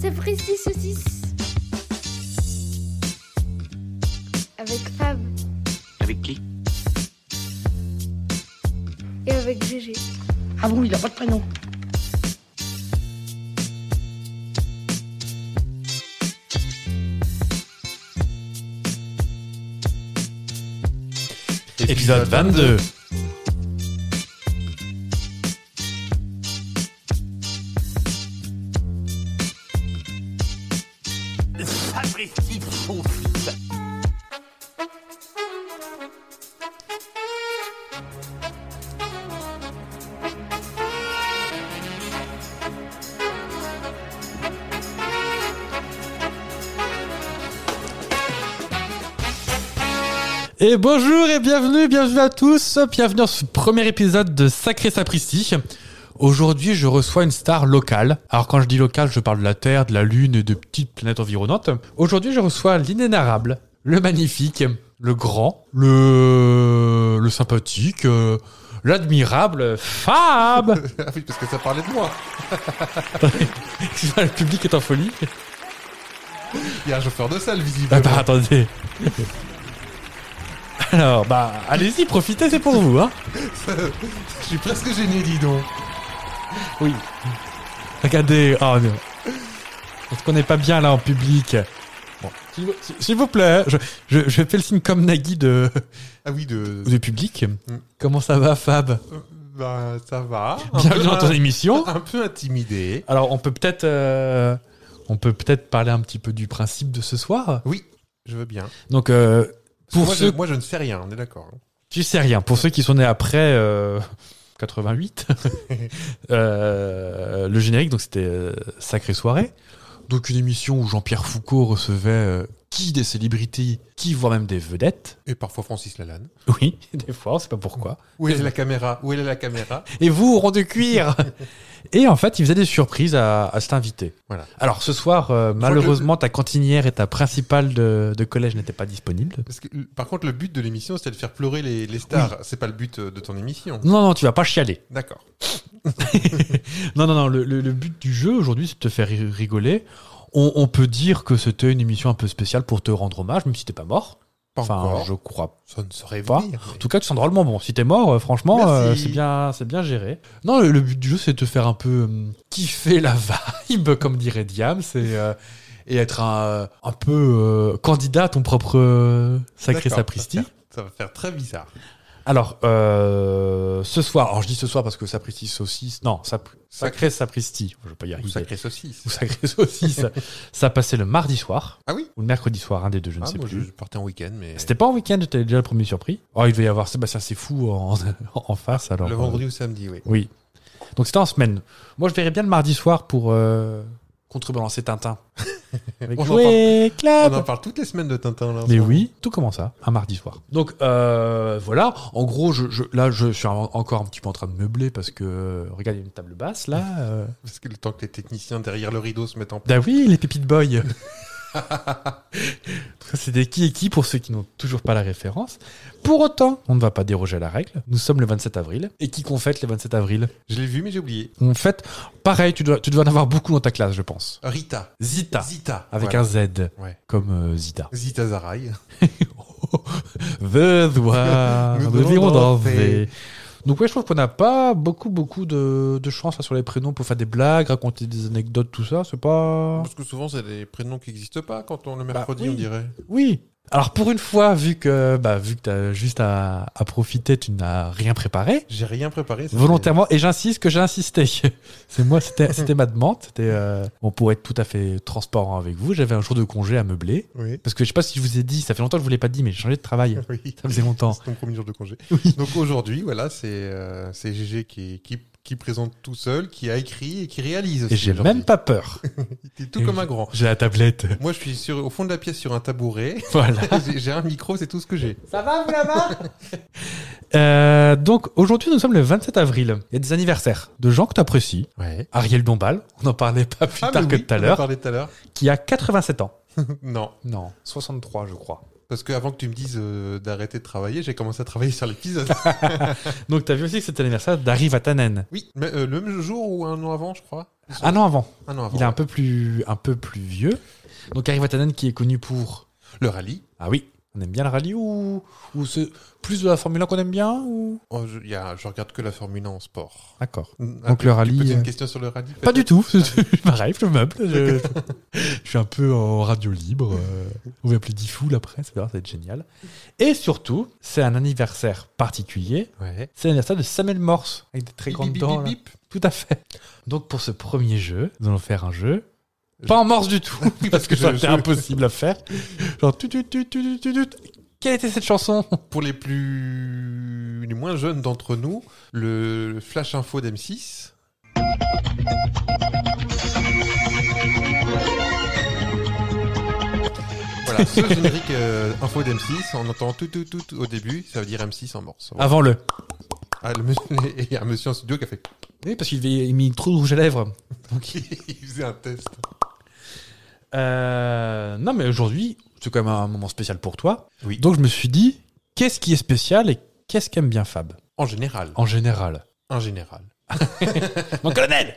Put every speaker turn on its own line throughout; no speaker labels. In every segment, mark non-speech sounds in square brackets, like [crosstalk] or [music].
Sapristi saucisse. Avec Fab
Avec qui
et avec Gégé.
Ah bon, il a pas de prénom.
Épisode 22.
Sapristi saucisse.
Et bonjour et bienvenue, bienvenue à tous. Bienvenue dans ce premier épisode de Sacré Sapristi. Aujourd'hui, je reçois une star locale. Alors, quand je dis locale, je parle de la Terre, de la Lune et de petites planètes environnantes. Aujourd'hui, je reçois l'inénarrable, le magnifique, le grand, le, le sympathique, euh, l'admirable Fab.
Ah oui, parce que ça parlait de moi.
Excusez-moi, le public est en folie.
Il y a un chauffeur de salle, visiblement.
Ah bah attendez. Alors, bah, allez-y, profitez, c'est pour vous, hein.
Je suis presque gêné, dis donc.
Regardez, oh non. Parce qu'on n'est pas bien là en public. Bon, s'il vous- s'il vous plaît, je, je, je fais le signe comme Nagui de,
Ah oui, de.
du public. Comment ça va, Fab
Euh, Bah, ça va. Mm. Un
Bienvenue
peu
dans ton émission.
Un peu intimidé.
Alors, on peut peut-être, euh, on peut peut-être parler un petit peu du principe de ce soir.
Oui, je veux bien.
Donc, euh, pour
moi,
ceux,
je, moi, je ne sais rien, on est d'accord. hein.
tu sais rien. Pour ceux qui sont nés après euh, [laughs] 88, euh, le générique, donc c'était euh, Sacrée Soirée. Donc une émission où Jean-Pierre Foucault recevait euh, qui des célébrités, qui voire même des vedettes.
Et parfois Francis Lalanne.
Oui, [laughs] des fois, on sait pas pourquoi.
Où est la caméra Où est la caméra
Et vous, rond de [laughs] cuir Et en fait, il faisait des surprises à, à cet invité.
Voilà.
Alors ce soir, euh,
crois que-
malheureusement, ta cantinière et ta principale de, de collège n'étaient pas disponibles.
Parce que, par contre, le but de l'émission, c'était de faire pleurer les, les stars. C'est pas le but euh, de ton émission.
Non, non, tu vas pas chialer.
D'accord.
Non, non, non, le, le- le but du jeu aujourd'hui, c'est de te faire ri- rigoler. On, on peut dire que c'était une émission un peu spéciale pour te rendre hommage, même si t'es pas mort.
Pas
Enfin,
encore.
je crois.
Ça ne saurait
pas.
venir.
En tout cas, tu sens drôlement bon. Si t'es mort, euh, franchement,
Merci.
euh, c'est bien, c'est bien géré. Non, le, le but du jeu, c'est de te faire un peu hum, kiffer la vibe, [laughs] comme dirait Diam, c'est euh, et être un, un peu euh, candidat à ton propre euh, sacré
D'accord,
sapristi.
Ça va, faire, ça va faire très bizarre.
Alors, euh, ce soir, alors je dis ce soir parce que sapristi saucisse, non, sap- sacré sapristi, je vais pas y
Ou
arriver
sacré saucisse.
ou sacré saucisse. ça passait le mardi soir
Ah oui
ou le mercredi soir, un des deux, je ne
Ah,
sais
moi,
plus.
je partais en week-end, mais.
C'était pas en week-end, j'étais déjà le premier surpris. Oh, il devait y avoir Sébastien C'est Fou en, [laughs] en face alors.
Le vendredi ou samedi, oui.
euh, Oui. Donc c'était en semaine. Moi, je verrais bien le mardi soir pour euh, contrebalancer [laughs] Tintin. Avec
On en
Jouer
On
Club.
en parle toutes les semaines de Tintin, là. en
Mais
ce moment.
oui, tout commence à un mardi soir. Donc euh, voilà, en gros, je, je- là, je suis en- encore un petit peu en train de meubler parce que euh, regarde, il y a une table basse là. euh.
Parce que le temps que les techniciens derrière le rideau se mettent en place.
Bah oui, les pépites boy. [laughs] Ça, c'est des qui et qui pour ceux qui n'ont toujours pas la référence. Pour autant, on ne va pas déroger à la règle. Nous sommes le 27 avril. Et qui qu'on fête le 27 avril
Je l'ai vu, mais j'ai oublié.
On fête, pareil, tu dois, tu dois en avoir beaucoup dans ta classe, je pense.
Rita.
Zita.
Zita.
Ah. Avec Ah.
Voilà.
un Z,
Ouais.
comme euh, Zita.
Zita Zaraï.
Veudoir,
[laughs] Nous
nous
devons
devons
danser.
danser. Donc ouais, je trouve qu'on n'a pas beaucoup, beaucoup de, de chance là, sur les prénoms pour faire des blagues, raconter des anecdotes, tout ça. C'est pas...
Parce que souvent, c'est des prénoms qui n'existent pas quand on le mercredi,
Bah oui.
on dirait.
Oui. Alors pour une fois, vu que bah, vu que t'as juste à, à profiter, tu n'as rien préparé
J'ai rien préparé. ça
volontairement. Et j'insiste que j'ai insisté. [laughs] C'est moi, c'était c'était ma demande. C'était euh, bon pour être tout à fait transparent avec vous. J'avais un jour de congé à meubler
fait- Oui.
parce que je sais pas si je vous ai dit. Ça fait longtemps que je vous l'ai pas dit, mais j'ai changé de travail.
[laughs] Oui.
Ça faisait longtemps.
C'est ton premier jour
[laughs]
de congé. Donc aujourd'hui, voilà, c'est euh, c'est Gégé qui, qui, qui présente tout seul, qui a écrit et qui réalise aussi.
Et j'ai
aujourd'hui.
même pas peur.
T'es tout comme un grand.
J'ai la tablette. [laughs]
Moi, je suis sur, au fond de la pièce sur un tabouret.
Voilà.
J'ai- j'ai un micro, c'est tout ce que j'ai.
Euh, donc aujourd'hui, nous sommes le 27 avril. Il y a des anniversaires de gens que tu apprécies.
Ouais.
Ariel Dombal, on n'en parlait pas plus
Ah,
tard
mais
que
oui,
tout à
on en
l'heure,
parlait tout à l'heure.
qui a 87 ans.
Non.
Non, 63 je crois.
Parce Parce qu'avant que tu me dises euh, d'arrêter de travailler, j'ai commencé à travailler sur l'épisode.
Ah, Donc, t'as vu aussi que c'était l'anniversaire d'Harry Vatanen.
oui, mais euh, le même jour ou un an avant, je crois.
Un an Ah avant.
Un an avant.
Il est un peu plus, un peu plus vieux. Donc, Harry Vatanen qui est connu pour.
Le rallye.
Ah oui, on aime bien le rallye ou, ou c'est plus de la Formule 1 qu'on aime bien ou...
Oh, je, il y a- je regarde que la Formule 1 en sport.
D'accord.
Donc
le rallye,
Ah, Tu peux
euh,
une question sur le rallye
Pas
peut-être
du tout. [laughs] je m'arrive, je meuble. Je, je suis un peu en radio libre. euh, on va appeler Diffoul après, ça va ça va être génial. Et surtout, c'est un anniversaire particulier.
Ouais.
C'est l'anniversaire de Samuel Morse, avec des très
Bip,
grandes
bip,
dents.
bip,
là.
bip.
Tout à fait. Donc pour ce premier jeu, nous allons faire un jeu. Pas en morse du [laughs] tout, parce que
je-
c'était
je-
impossible à faire. Genre tu tu tu tu tu tu. Quelle était cette chanson
Pour les plus les moins jeunes d'entre nous, le flash info d'M6. Voilà, ce générique euh, info d'M6, on entend tout, tout, tout, tout au début, ça veut dire M6 en morse. Voilà.
Avant le.
Ah, le monsieur- [laughs] et il y a un monsieur en studio qui a fait. [laughs]
Oui, parce qu'il avait mis trop de rouge à lèvres.
il faisait un test.
Euh, non, mais aujourd'hui, c'est quand même un moment spécial pour toi.
Oui.
Donc je me suis dit, qu'est-ce qui est spécial et qu'est-ce qu'aime bien Fab
En général.
en général
En général.
[laughs]
Mon colonel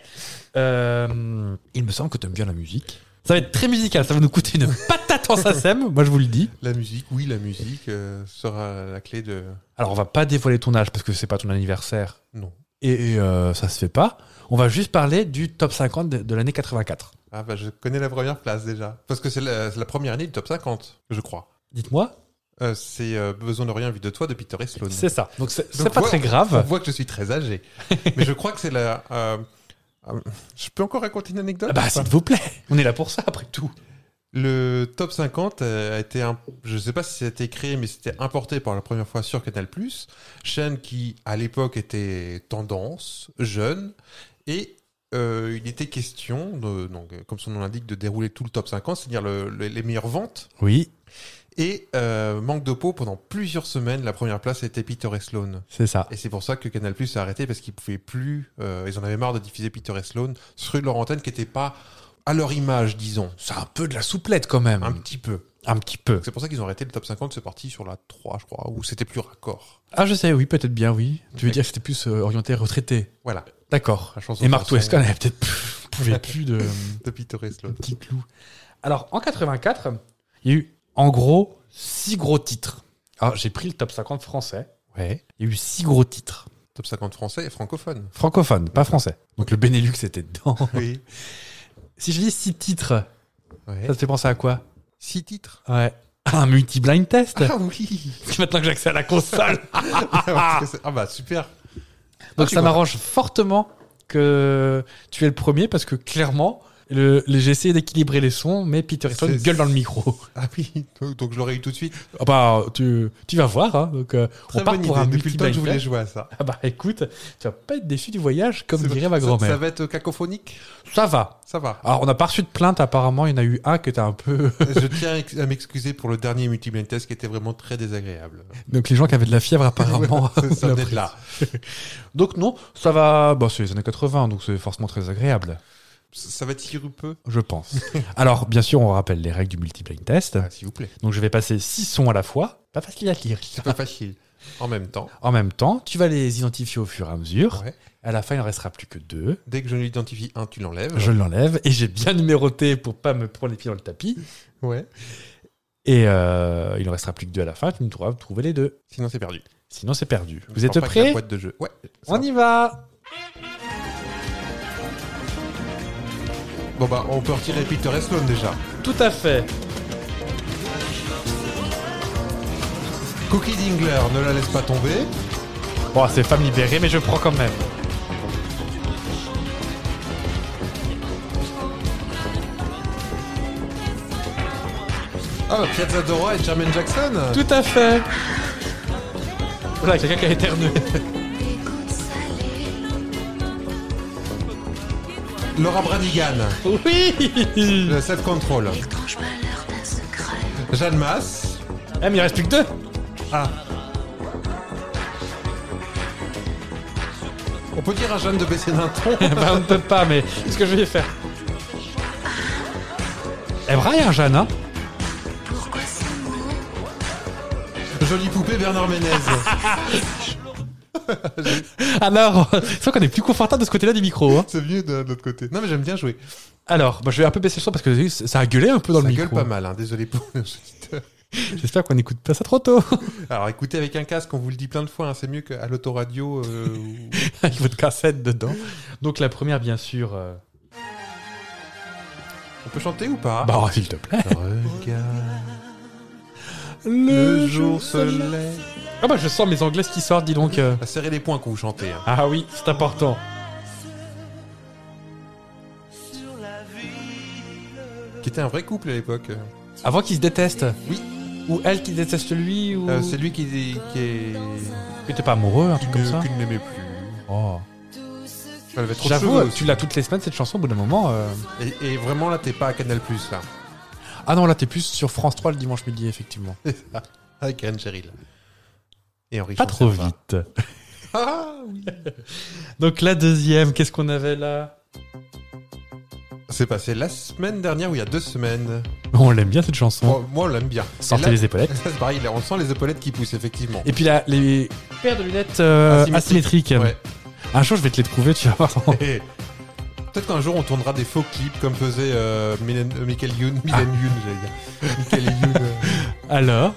Euh, Il me semble que t'aimes bien la musique. Ça va être très musical, ça va nous coûter une [laughs] patate en SACEM, moi je vous le dis.
La musique, oui, la musique euh, sera la clé de.
Alors on va pas dévoiler ton âge parce que c'est pas ton anniversaire
Non.
et, et, euh, ça se fait pas. On va juste parler du top 50 de, de l'année 84.
Ah bah je connais la première place déjà. Parce que c'est la, c'est la première année du top 50, je crois.
Dites-moi,
Euh, c'est euh, Besoin de rien vu de toi de Peter et Sloan.
c'est ça. Donc c'est c'est
Donc,
pas
ouais,
très
On
grave.
voit que je suis très
[laughs]
âgé. Mais je crois que c'est la... euh, euh, je peux encore raconter une anecdote
Ah bah
ou pas
s'il vous plaît, on est là pour ça après tout.
Le top 50 a été, un, je sais pas si c'était créé, mais c'était importé pour la première fois sur Canal+, chaîne qui à l'époque était tendance, jeune, et euh, il était question, de, donc, euh, comme son nom l'indique, de dérouler tout le top 50, c'est-à-dire le- le- les meilleures ventes.
Oui,
Et euh, manque de peau, pendant plusieurs semaines, la première place était Peter et Sloan.
c'est ça.
Et c'est pour ça que Canal Plus a arrêté parce qu'ils pouvaient plus, euh, ils en avaient marre de diffuser Peter et Sloan sur leur antenne qui n'était pas à leur image, disons,
C'est un peu de la souplette quand même.
un petit peu.
Un petit peu.
Donc C'est pour ça qu'ils ont arrêté le top 50, c'est parti sur la 3, je crois, où c'était plus raccord.
Ah, je sais, oui, peut-être bien, oui. Tu veux
D'accord.
dire que c'était plus euh, orienté retraité.
Voilà,
D'accord.
la chanson
Et Mark
chanson
Weston avait peut-être plus-
[laughs]
pouvait plus de
de Peter et Sloan.
petit clou. Alors, en 84, il y a eu, en gros, six gros titres. Alors, j'ai pris le top 50 français.
Ouais.
Il y a eu six gros titres.
Top 50 français et francophone.
Francophones, pas français. Donc, le Benelux était dedans.
[laughs] Oui.
[laughs] si je dis six titres,
Ouais.
ça te fait penser à quoi
6 titres.
Ouais. Un multi-blind
[laughs]
test
Ah oui
Maintenant que j'ai accès à la console
[laughs] Parce que c'est- Ah bah super
[laughs] Donc
Ah, tu
ça
comprends.
m'arrange fortement que tu es le premier parce que clairement, le, le- j'ai essayé d'équilibrer les sons, mais Peter Hilton
C'est-
gueule dans le micro.
Ah oui, donc, donc je l'aurais eu tout de suite.
Ah bah, tu, tu vas voir. hein. donc, euh,
Très
on part
bonne
pour
idée.
un
Depuis le temps que je voulais
multi-blind test.
jouer à ça.
Ah bah écoute, tu vas pas être déçu du voyage comme
C'est-
dirait ma
ça- Ça,
grand-mère.
va être cacophonique
Ça, va.
Ça va.
Alors on n'a pas reçu de plainte apparemment, il y en a eu un qui était un peu...
[laughs]
[laughs]
je tiens à m'excuser pour le dernier multi-blind test qui était vraiment très désagréable.
Donc les gens qui avaient de la
[laughs]
fièvre apparemment...
Voilà,
[laughs] on
ça
l'a
venait de
pris.
là.
Donc non, ça va... Bah c'est les années 80, donc c'est forcément très agréable,
Ça va être sirupeux
je
[laughs]
pense. Alors bien sûr, on rappelle les règles du multi-blind test.
ah, S'il vous plaît.
Donc je vais passer six sons à la fois. Pas facile à lire.
C'est pas facile. En même temps,
En même temps, tu vas les identifier au fur et à mesure.
Ouais.
À la fin, il en restera plus que deux.
dès que je l'identifie un, tu l'enlèves.
Je l'enlève et j'ai bien numéroté pour pas me prendre les pieds dans le tapis.
Ouais.
Et euh, il en restera plus que deux à la fin. Tu ne pourras trouver les deux.
Sinon, c'est perdu.
Sinon, c'est perdu.
Je
Vous
parle
êtes
pas que la
prêts
boîte de jeu. Ouais.
On y va
Bon bah, on peut retirer Peter et Sloan déjà.
Tout à fait.
Cookie Dingler, ne la laisse pas tomber.
Bon, c'est femme libérée, mais je prends quand même.
Ah, bah, Piazza Dora et Jermaine Jackson.
Tout à fait. Voilà, quelqu'un qui a éternué.
Laura Branigan,
Oui
le Self Control. Jeanne Masse.
Ah, mais il en reste plus que deux.
Ah. On peut dire à Jeanne de baisser
[laughs]
d'un ton.
Bah, on ne peut pas, mais ce que je vais faire. Eh, Brian, Jeanne, hein
Jolie poupée Bernard Ménez.
Alors, je crois qu'on est plus confortable de ce côté-là du micro. hein.
C'est mieux de l'autre côté. Non, mais j'aime bien jouer.
Alors, bah, je vais un peu baisser le son parce que ça a gueulé un peu dans
Ça
le
gueule
micro.
pas mal, hein. désolé pour nos auditeurs.
J'espère qu'on n'écoute pas ça trop tôt [laughs]
Alors écoutez avec un casque, on vous le dit plein de fois, hein, c'est mieux qu'à l'autoradio. euh, où-
avec votre cassette dedans. Donc la première, bien sûr. euh,
On peut chanter ou pas
Bah, oh, s'il te plaît.
Regarde, le jour se lève.
Ah bah je sens mes anglaises qui sortent, dis donc. euh.
Ah, serrez les poings quand vous chantez. hein.
Ah oui, c'est important.
Qui était un vrai couple à l'époque.
Avant qu'ils se détestent.
Oui.
Ou elle qui déteste lui ou.
Euh, c'est lui qui, qui est.
Que t'es pas amoureux, un
qui
truc comme
ne-
ça.
qui ne l'aimait plus.
Oh.
Elle avait trop de cheveux
J'avoue,
aussi.
tu l'as toutes les semaines cette chanson au bout d'un moment. euh.
Et, et vraiment là, t'es pas à Canal Plus là.
Ah non, là t'es plus sur France 3 le dimanche midi, effectivement.
Avec Anne Cheryl. Et Henri
Pas trop
Chancel.
vite.
Ah, oui.
Donc la deuxième, qu'est-ce qu'on avait là
C'est passé la semaine dernière ou il y a deux semaines.
On l'aime bien cette chanson.
Moi, moi, on l'aime bien.
Sortez
Et là-
les épaulettes.
Ça, c'est pareil, là, on sent les épaulettes qui poussent, effectivement.
Et puis là, les paires de lunettes euh, asymétriques.
Asymétriques. Ouais.
Un jour, je vais te les trouver, tu vas voir.
Et Peut-être qu'un jour on tournera des faux clips comme faisait euh, Mylène- euh, Michael
Ah.
Youn. Mylène Youn, j'allais dire. Michael Youn. euh.
Alors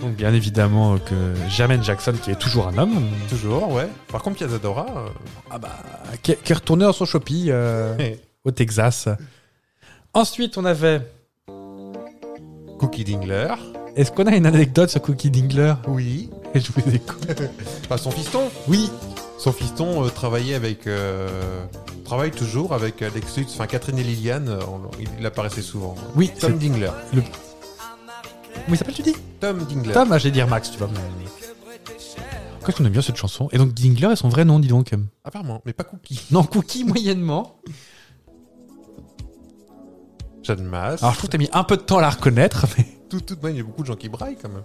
Donc bien évidemment euh, que Jamen Jackson, qui est toujours un homme,
Toujours, ouais. Par contre, Piazzadora. euh,
ah bah, qui, est, qui est retourné dans son shopping euh,
eh,
au Texas. Ensuite, on avait...
Cookie Dingler.
Est-ce qu'on a une anecdote sur Cookie Dingler [laughs]
Oui.
Et je vous écoute.
Enfin, son fiston.
Oui,
Son fiston euh, travaillait avec. euh, travaille toujours avec Alex Lutz. Enfin, Catherine et Liliane, euh, on- il apparaissait souvent.
oui. c'est-
Tom Dingler.
Comment il s'appelle, tu dis
Tom Dingler.
Tom, ah, j'allais dire Max, tu vois. mais- Qu'est-ce qu'on aime bien cette chanson Et donc Dingler est son vrai nom, dis donc.
Apparemment, mais pas Cookie.
Non, Cookie [laughs] moyennement.
Jeanne Masse.
Alors je trouve que t'as mis un peu de temps à la reconnaître, mais...
Tout, tout, ouais, il y a beaucoup de gens qui braillent quand même.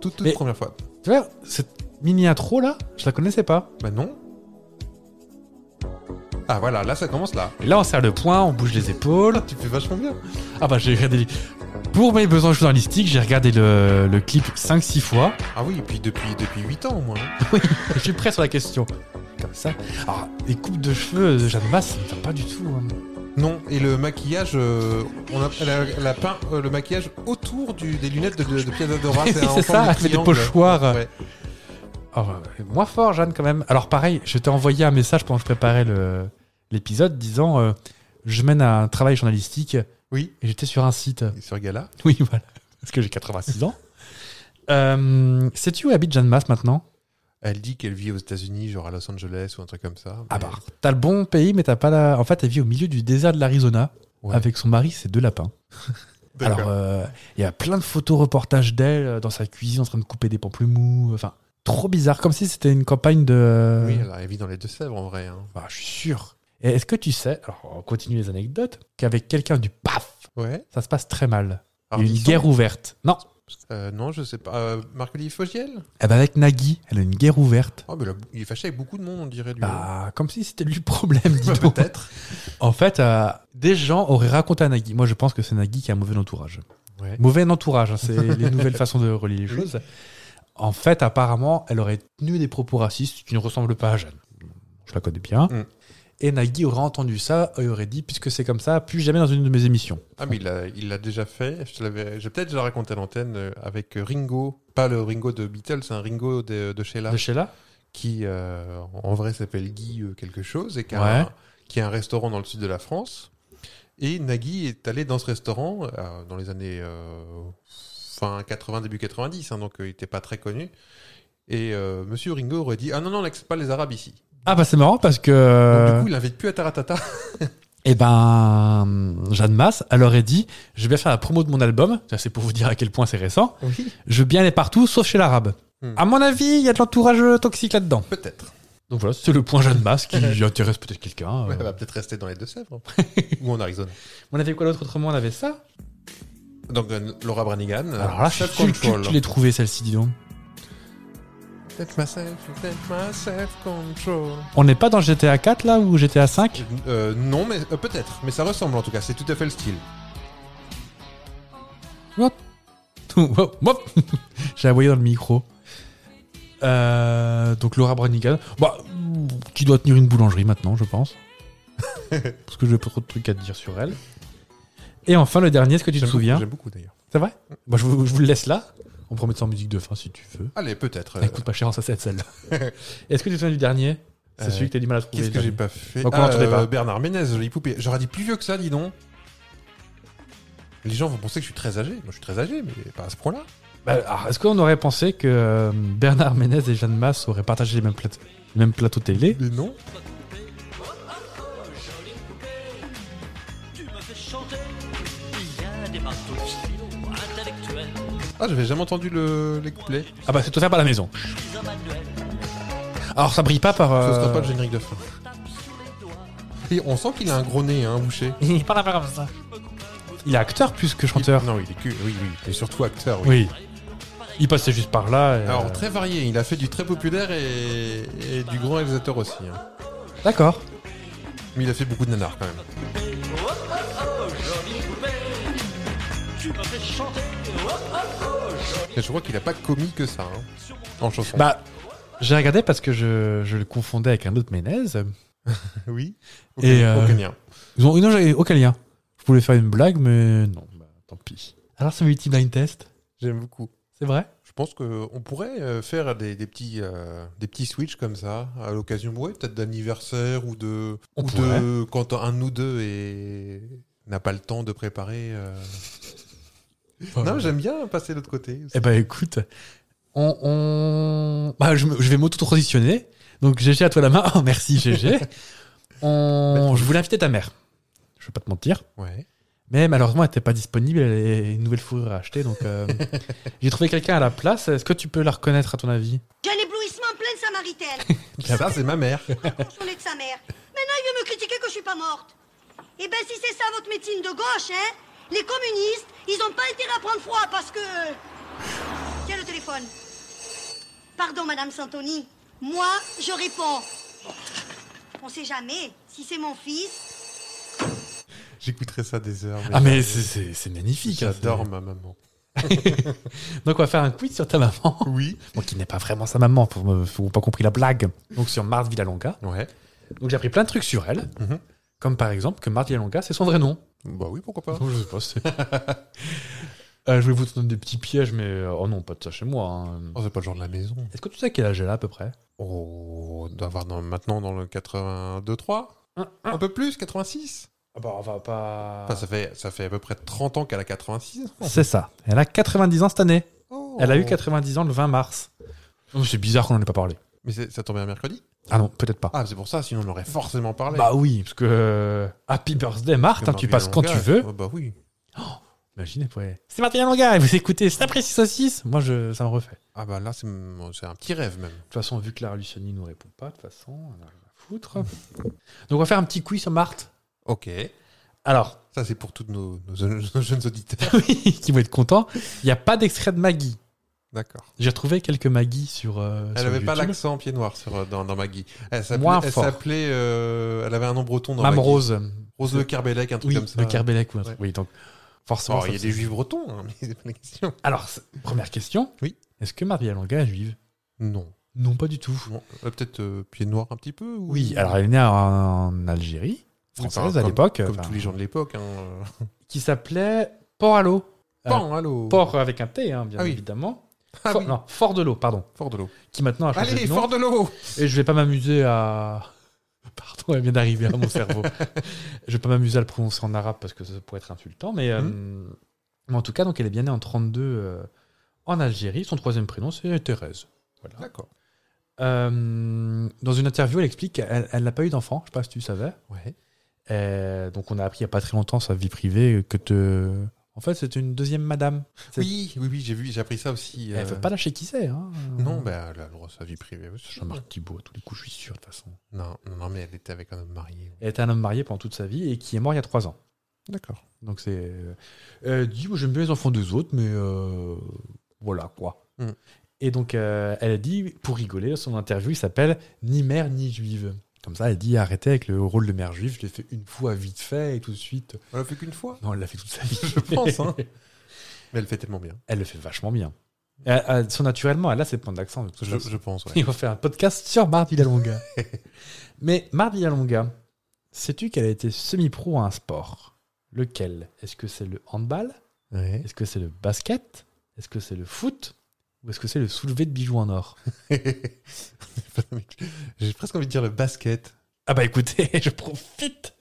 Toute, toute
Mais-
première fois.
Tu vois, cette mini-intro là, je la connaissais pas.
Bah non. Ah voilà, là ça commence là.
Et là, on serre le poing, on bouge les épaules.
Tu fais vachement bien.
Ah bah, j'ai regardé. Pour mes besoins journalistiques, j'ai regardé le, le clip 5-6 fois.
Ah oui, et puis depuis, depuis 8 ans au moins. hein.
Je suis prêt sur la question. Comme ça. Alors, les coupes de cheveux de Jeanne Masse, ça me va pas du tout. hein.
Non, et le maquillage, euh, on a, elle, a, elle a peint euh, le maquillage autour du, des lunettes de, de, de
[laughs]
Piazzadora.
Oui,
un
c'est
enfant
ça,
de
elle fait des
triangle.
pochoirs.
Ouais.
Oh, euh, moins fort, Jeanne, quand même. Alors, pareil, je t'ai envoyé un message pendant que je préparais le- l'épisode disant euh, Je mène un travail journalistique et
Oui,
j'étais sur un site.
et sur Gala.
Oui, voilà. [laughs] Parce que j'ai 86 ans. Euh, Sais-tu où habite Jeanne Masse maintenant
Elle dit qu'elle vit aux États-Unis, genre à Los Angeles ou un truc comme ça.
Ah
mais-
bah, t'as le bon pays, mais t'as pas la. En fait, elle vit au milieu du désert de l'Arizona
Ouais.
avec son mari, c'est deux lapins.
D'accord.
Alors, euh, il y a plein de photos reportages d'elle euh, dans sa cuisine en train de couper des pamplemous. Enfin, trop bizarre, comme si c'était une campagne de.
Oui, euh. alors, elle vit dans les Deux-Sèvres en vrai. hein.
Bah, je suis sûr. Et est-ce que tu sais, alors on continue les anecdotes, qu'avec quelqu'un du PAF,
Ouais.
ça se passe très mal. Il y a
Alors,
eu
dis
une
donc.
guerre ouverte. Non.
Euh, non, je sais pas. Euh, Marc-Olivier Fogiel
Eh ben, avec Nagui, elle a une guerre ouverte.
Oh, mais là, il est fâché avec beaucoup de monde, on dirait. Lui.
Bah, comme si c'était lui le problème, dis
Bah,
donc.
[laughs] peut-être.
En fait, euh, des gens auraient raconté à Nagui. Moi, je pense que c'est Nagui qui a un mauvais entourage.
Ouais.
Mauvais entourage, hein, c'est les nouvelles [laughs] façons de relier les choses. En fait, apparemment, elle aurait tenu des propos racistes qui ne ressemblent pas à Jeanne. Je la connais bien.
Mm.
Et Nagui aurait entendu ça et aurait dit, puisque c'est comme ça, plus jamais dans une de mes émissions.
Ah, mais il l'a il l'a déjà fait. Je te l'avais- J'ai peut-être déjà raconté à l'antenne euh, avec Ringo. Pas le Ringo de Beatles, c'est un Ringo de, de Sheila
De Sheila
qui, euh, en vrai, s'appelle Guy euh, quelque chose et qui a,
Ouais.
un, qui a un restaurant dans le sud de la France. Et Nagui est allé dans ce restaurant euh, dans les années euh, fin 80, début 90, hein, donc euh, il n'était pas très connu. Et euh, Monsieur Ringo aurait dit Ah non, non, là, c'est pas les Arabes ici.
Ah bah c'est marrant parce que...
Donc,
euh,
du coup, il l'invite plus à Taratata.
Eh ben, Jeanne Masse, elle aurait dit, je vais bien faire la promo de mon album, ça c'est pour vous dire à quel point c'est récent,
Oui.
je veux bien aller partout sauf chez l'arabe.
Mm.
À mon avis, il y a de l'entourage toxique là-dedans.
[laughs] Peut-être.
Donc voilà, c'est le point Jeanne Masse [laughs] qui intéresse peut-être quelqu'un. euh.
Elle va peut-être rester dans les Deux-Sèvres [laughs] ou en Arizona.
On avait quoi d'autre autrement On avait ça
Donc euh, Laura Branigan.
Alors là, je suis sûr que tu l'ai trouvé celle-ci, dis donc.
Take myself, take myself control.
On n'est pas dans GTA 4 là ou GTA 5
Euh, non, mais euh, peut-être. Mais ça ressemble en tout cas. C'est tout à fait le style.
[laughs] Wow, wow. [laughs] J'ai aboyé dans le micro. Euh, donc Laura Branigan, bah, qui doit tenir une boulangerie maintenant, je pense. Parce que je n'ai pas trop de trucs à te dire sur elle. Et enfin, le dernier, est-ce que tu te
J'aime beaucoup-
souviens
J'aime beaucoup d'ailleurs.
C'est vrai bah, je, vous, je vous le laisse là. On pourra mettre ça en musique de fin si tu veux.
Allez, peut-être. euh,
Ça coûte pas cher en cette celle-là.
[laughs]
est-ce que tu te souviens du dernier C'est
Euh,
celui que tu as du mal à trouver.
Qu'est-ce que
le
j'ai
dernier.
pas fait Euh,
Donc, on l'entendait pas.
Bernard Ménez, jolie poupée. J'aurais dit plus vieux que ça, dis donc. Les gens vont penser que je suis très âgé. Moi, je suis très âgé, mais pas à ce point-là.
Bah, alors, Est-ce qu'on aurait pensé que euh, Bernard Ménez et Jeanne Masse auraient partagé les mêmes, plate- les mêmes plateaux télé
Mais non.
Tu me fais chanter. Il y a des marteaux de stylo intellectuels.
Ah, j'avais jamais entendu le, les couplets.
Ah bah c'est tout faire par la maison. Alors ça brille pas par.
Ce
euh,
sera pas le générique de fin. Et on sent qu'il a un gros nez, hein, Boucher.
Il est pas comme ça. Il est acteur plus que chanteur.
Il- Non, il est que. Oui, oui. Et surtout acteur,
Oui.
oui.
Il passait juste par là. et, euh,
Alors, très varié. Il a fait du très populaire et, et du grand réalisateur aussi. hein.
D'accord.
Mais il a fait beaucoup de nanars quand même.
Tu me fais chanter.
Et je crois qu'il a pas commis que ça, hein, en chanson.
Bah j'ai regardé parce que je, je le confondais avec un autre Ménez.
[laughs] oui.
Et,
Et
euh, Ils ont non j'avais aucun lien. Je voulais faire une blague mais non. Bah, tant pis. Alors ce multi blind test,
J'aime beaucoup.
c'est vrai
Je pense qu'on pourrait euh, faire des, des petits, euh, des petits switches comme ça, à l'occasion, ouais, peut-être d'anniversaire ou de.
On
ou de quand un de nous deux est- n'a pas le temps de préparer. euh. Non, j'aime bien passer de l'autre côté.
Eh ben écoute, on, on- Bah, je, me- je vais m'auto-transitionner. Donc GG à toi la main. [laughs] Oh, merci GG. on... Je voulais inviter ta mère. Je vais pas te mentir.
Ouais.
Mais malheureusement, elle n'était pas disponible. Elle est une nouvelle fourrure à acheter. Donc euh, [laughs] j'ai trouvé quelqu'un à la place. Est-ce que tu peux la reconnaître à ton avis
J'ai un éblouissement en pleine samaritaine.
eh ben,
Ça, c'est
[laughs]
ma mère.
Franchement, on est de sa mère. Maintenant, il veut me critiquer que je suis pas morte. Eh ben, si c'est ça votre médecine de gauche, hein Les communistes, ils ont pas intérêt à prendre froid parce que. euh, Tiens le téléphone. Pardon, Madame Santoni. Moi, je réponds. On sait jamais si c'est mon fils.
J'écouterai ça des heures.
Ah mais c'est- c'est c'est magnifique. hein,
J'adore ma maman. [laughs]
c'est- Donc on va faire un quiz sur ta maman.
Oui.
Bon, qui n'est pas vraiment sa maman. Pour, me- faut pas compris la blague. Donc sur Marthe Villalonga.
Ouais.
Donc j'ai appris plein de trucs sur elle.
Mhm.
Comme par exemple que Marthe Villalonga, c'est son vrai nom.
Bah oui, pourquoi pas.
Non, je sais pas. c'est- [laughs] Euh, je vais vous donner des petits pièges, mais euh, oh non, pas de ça chez moi. hein.
Oh, c'est pas le genre de la maison.
Est-ce que tu sais quel âge elle a à peu près
Oh, on doit avoir dans- maintenant dans le 82-3. Un peu plus, 86.
Ah bah, on va pas.
Enfin, ça, fait, ça fait à peu près 30 ans qu'elle a 86.
C'est ça. Elle a 90 ans cette année.
Oh.
Elle a eu 90 ans le 20 mars. Non, mais C'est bizarre qu'on en ait pas parlé.
Mais c'est- ça tombait un mercredi
Ah non, peut-être pas.
Ah, c'est pour ça, sinon on aurait forcément parlé.
bah oui, parce que euh, Happy Birthday Marthe, hein,
Comme
tu
un
passes quand tu
Villalonga.
veux.
Ah bah oui.
Imaginez, ouais. C'est Martin Longa et vous écoutez C'est après 6 Moi, je, ça me refait. De
Ah bah là, c'est c'est un petit rêve même.
toute façon, vu que Clara Luciani nous répond pas, de toute façon, on a rien à foutre. Donc on va faire un petit quiz sur Marthe.
Ok.
Alors, [laughs]
Ça, c'est pour tous nos, nos- nos jeunes auditeurs. [laughs]
oui, qui vont être contents. Il n'y a pas d'extrait de Maggie.
D'accord.
J'ai retrouvé quelques Maggie sur. euh,
Elle
sur
avait pas
YouTube.
l'accent pied noir sur, euh, dans, dans Maggie. Elle s'appelait.
Moins
Elle,
fort.
s'appelait, euh, elle avait un nom breton dans
Mame
Maggie.
Rose.
Rose Le Kerbelec, un truc
Oui,
comme ça.
le Kerbelec. ou un truc.
Ouais.
Oui, donc forcément.
Alors,
ça
il y a
me-
des juifs bretons, hein, [laughs] mais c'est pas la question.
Alors, c'est- première question.
Oui.
Est-ce que Maria Longa est juive
Non.
Non, pas du tout.
Bon, euh, Peut-être euh, pied noir un petit peu ou-
Oui, alors elle est née en, en Algérie,
Oui, enfin,
française à
comme-
l'époque,
Comme
enfin,
tous les gens de l'époque. Hein. euh.
qui s'appelait Port à l'eau. Euh,
Pan, allô
Port avec un T, hein, bien
Ah oui.
évidemment.
Ah
Fort-
oui,
Non, Fort de l'eau, pardon.
Fort de l'eau.
Qui maintenant a changé
Allez,
de nom.
Fort de l'eau
Et je vais pas m'amuser à. [laughs] Pardon, elle vient d'arriver à mon
[laughs]
cerveau. je vais pas m'amuser à le prononcer en arabe parce que ça pourrait être insultant, mais, euh,
Hmm.
mais en tout cas, donc elle est bien née en 32 euh, en Algérie. Son troisième prénom, c'est Thérèse. Voilà.
D'accord.
Euh, dans une interview, elle explique qu'elle elle n'a pas eu d'enfant. Je sais pas si tu savais.
Ouais.
Euh, donc on a appris il y a pas très longtemps sa vie privée que te. En fait, c'est une deuxième madame. C'est-
Oui, oui, oui, j'ai vu, j'ai appris ça aussi.
Elle
euh,
veut pas lâcher qui c'est. Hein.
Non, bah, elle a le droit à sa vie privée. aussi.
Jean-Marc Thibault, à tous les coups, je suis sûr de toute façon.
Non, non, non, mais elle était avec un homme marié.
Elle était un homme marié pendant toute sa vie et qui est mort il y a trois ans.
D'accord.
Donc c'est. Euh, dit, moi, j'aime bien les enfants des autres, mais euh, voilà quoi.
Mm.
Et donc euh, elle a dit, pour rigoler, son interview, il s'appelle Ni mère ni juive. Comme ça, elle dit arrêtez avec le rôle de mère juive, je l'ai fait une fois vite fait et tout de suite.
Elle a fait qu'une fois. [laughs]
Non, elle l'a fait toute sa vie.
Je pense, hein. Mais elle fait tellement bien.
Elle le fait vachement bien. Et elle- elle- son naturellement, elle a ses points d'accent. de toute
Je,
façon.
je pense, ouais.
[laughs] Ils vont faire un podcast sur Mardi
[laughs]
Longa. Mais Mardi Longa, sais-tu qu'elle a été semi-pro à un sport Lequel Est-ce que c'est le handball
Ouais.
Est-ce que c'est le basket Est-ce que c'est le foot Ou est-ce que c'est le soulevé de bijoux en or [laughs]
[laughs] J'ai presque envie de dire le basket.
Ah bah écoutez, [laughs] je profite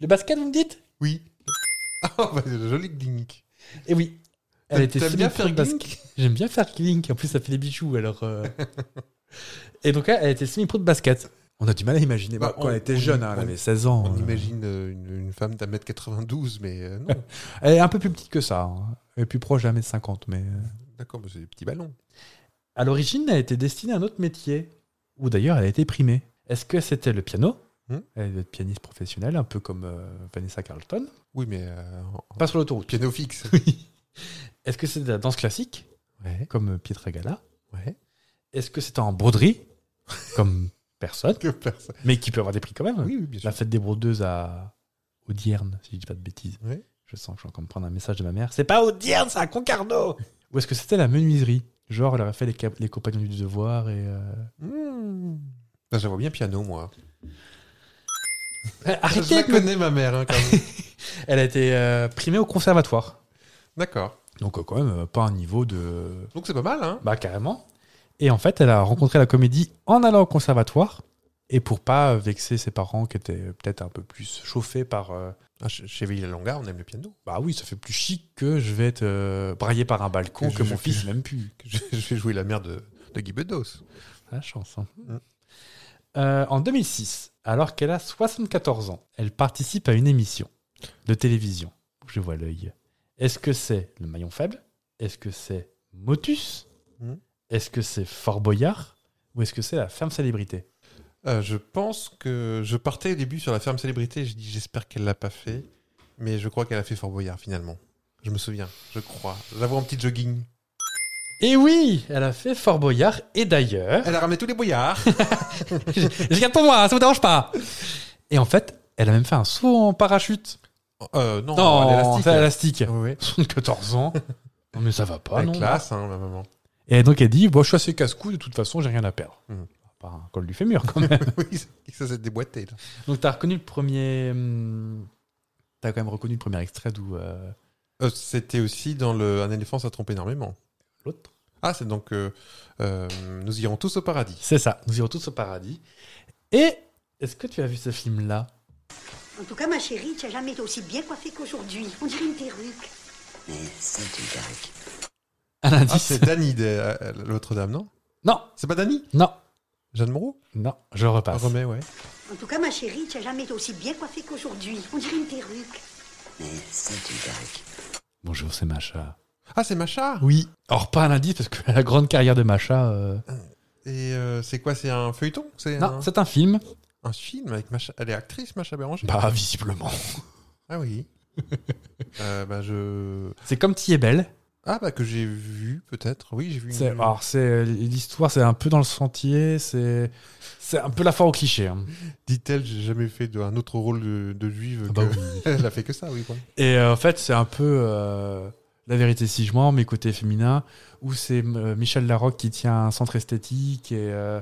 Le basket, vous me dites
Oui. [laughs] Ah, bah, joli gimmick.
Eh oui Elle a été
T'aimes bien
semi-pro de
faire
basket. J'aime bien faire link, en plus ça fait des bijoux alors.
[laughs]
euh. Et donc elle, elle était semi-pro de basket. On a du mal à imaginer.
Bah,
Bon, quand
on-
elle était
on-
jeune, hein, elle
on-
avait 16 ans.
On
euh.
imagine euh, une, une femme d'un mètre 92, mais
[laughs]
euh, non.
Elle est un peu plus petite que ça. hein. Elle est plus proche jamais de 50, mais. euh.
D'accord, mais c'est des petits ballons.
À l'origine, elle était destinée à un autre métier, où d'ailleurs elle a été primée. Est-ce que c'était le piano
Hmm.
Elle devait être pianiste professionnelle, un peu comme euh, Vanessa Carlton.
Oui, mais euh, en- en
Pas sur l'autoroute. [laughs]
piano fixe.
Est-ce que c'était de la danse classique,
Ouais,
comme euh, Pietra Gala
ouais.
Est-ce que c'était en broderie, [laughs] comme personne,
[laughs] Que personne.
mais qui peut avoir des prix quand même
Oui, oui, bien sûr.
La fête des brodeuses à Audierne, si je dis pas de bêtises.
Ouais.
Je sens que je suis en train de prendre un message de ma mère. C'est pas Audierne, c'est à Concarneau Ou est-ce que c'était la menuiserie Genre, elle aurait fait les, cap- les compagnons du devoir et. euh,
Mmh. Ben, J'aimerais bien piano, moi. Je
Arrêtez
la
avec me-
connais, ma mère, hein, quand
[laughs]
même.
Elle a été euh, primée au conservatoire.
D'accord.
Donc, euh, quand même, euh, pas un niveau de.
Donc c'est pas mal, hein
Bah, carrément. Et en fait, elle a rencontré la comédie en allant au conservatoire. Et pour pas vexer ses parents qui étaient peut-être un peu plus chauffés par. euh,
Ah, ch- Chez Villa Longa, on aime le piano.
bah oui, ça fait plus chic que je vais être euh, braillé par un balcon
Que
que,
je-
mon
que
fils
je-
n'aime plus.
Je, je vais jouer la mère de, de Guy Bedos.
La chance. hein.
Mm.
Euh, en 2006, alors qu'elle a 74 ans, elle participe à une émission de télévision. Je vois l'œil. Est-ce que c'est le maillon faible Est-ce que c'est Motus
Mm.
Est-ce que c'est Fort Boyard Ou est-ce que c'est la ferme célébrité
Euh, je pense que je partais au début sur la ferme célébrité. Je dis j'espère qu'elle l'a pas fait, mais je crois qu'elle a fait Fort Boyard finalement. Je me souviens, je crois. J'avoue en petit jogging.
Eh oui, elle a fait Fort Boyard et
[laughs]
d'ailleurs.
Elle a ramené tous les boyards.
je garde pour moi, hein, ça vous dérange pas Et en fait, elle a même fait un saut en parachute.
euh, non,
Non,
elle est élastique.
c'est élastique.
Ah ouais.
74 ans. Non mais ça va pas,
Elle est
Ah, non
classe, hein, ma maman. [laughs]
Et donc elle dit, bon, je suis assez casse-cou, de toute façon, j'ai rien à perdre.
Hmm.
Pas un col du fémur quand même.
oui, ça- ça s'est déboîté. là.
[laughs] donc t'as reconnu le premier... hum, T'as quand même reconnu le premier extrait d'où euh,
Euh, C'était aussi dans le Un éléphant, ça trompe énormément.
l'autre.
Ah, c'est donc euh, euh, Nous irons tous au paradis.
C'est ça, nous irons tous au paradis. Et est-ce que tu as vu ce film-là
En tout cas, ma chérie, tu n'as jamais été aussi bien coiffée qu'aujourd'hui. On dirait une perruque.
Un
Ah,
indice
c'est Dany de euh, l'autre dame, non
Non,
C'est pas Dany
non,
Jeanne Moreau
non, je repasse.
Remets, ouais.
En tout cas, ma chérie, tu n'as jamais été aussi bien coiffée qu'aujourd'hui. On dirait une perruque.
Bonjour, c'est Macha.
Ah, c'est Macha
Oui. Or, pas un indice, parce que la grande carrière de Macha... euh,
Et euh, c'est quoi C'est un feuilleton C'est
Eh Non,
un,
c'est un film.
un film avec Macha. Elle est actrice, Macha Béranger
Bah, visiblement. [laughs]
Ah oui. Euh, bah, je.
C'est comme Tilly est belle.
Ah, bah, que j'ai vu, peut-être. Oui, j'ai vu. une-
C'est- Alors, c'est euh, l'histoire, c'est un peu dans le sentier, c'est c'est un peu la foire au cliché. hein.
Dit-elle, j'ai jamais fait de- un autre rôle de, de juive
Ah bah
que- [laughs] Elle a fait que ça, oui. quoi.
Et euh, en fait, c'est un peu euh, la vérité si je mens, mes côtés féminins, où c'est euh, Michel Larocque qui tient un centre esthétique et euh,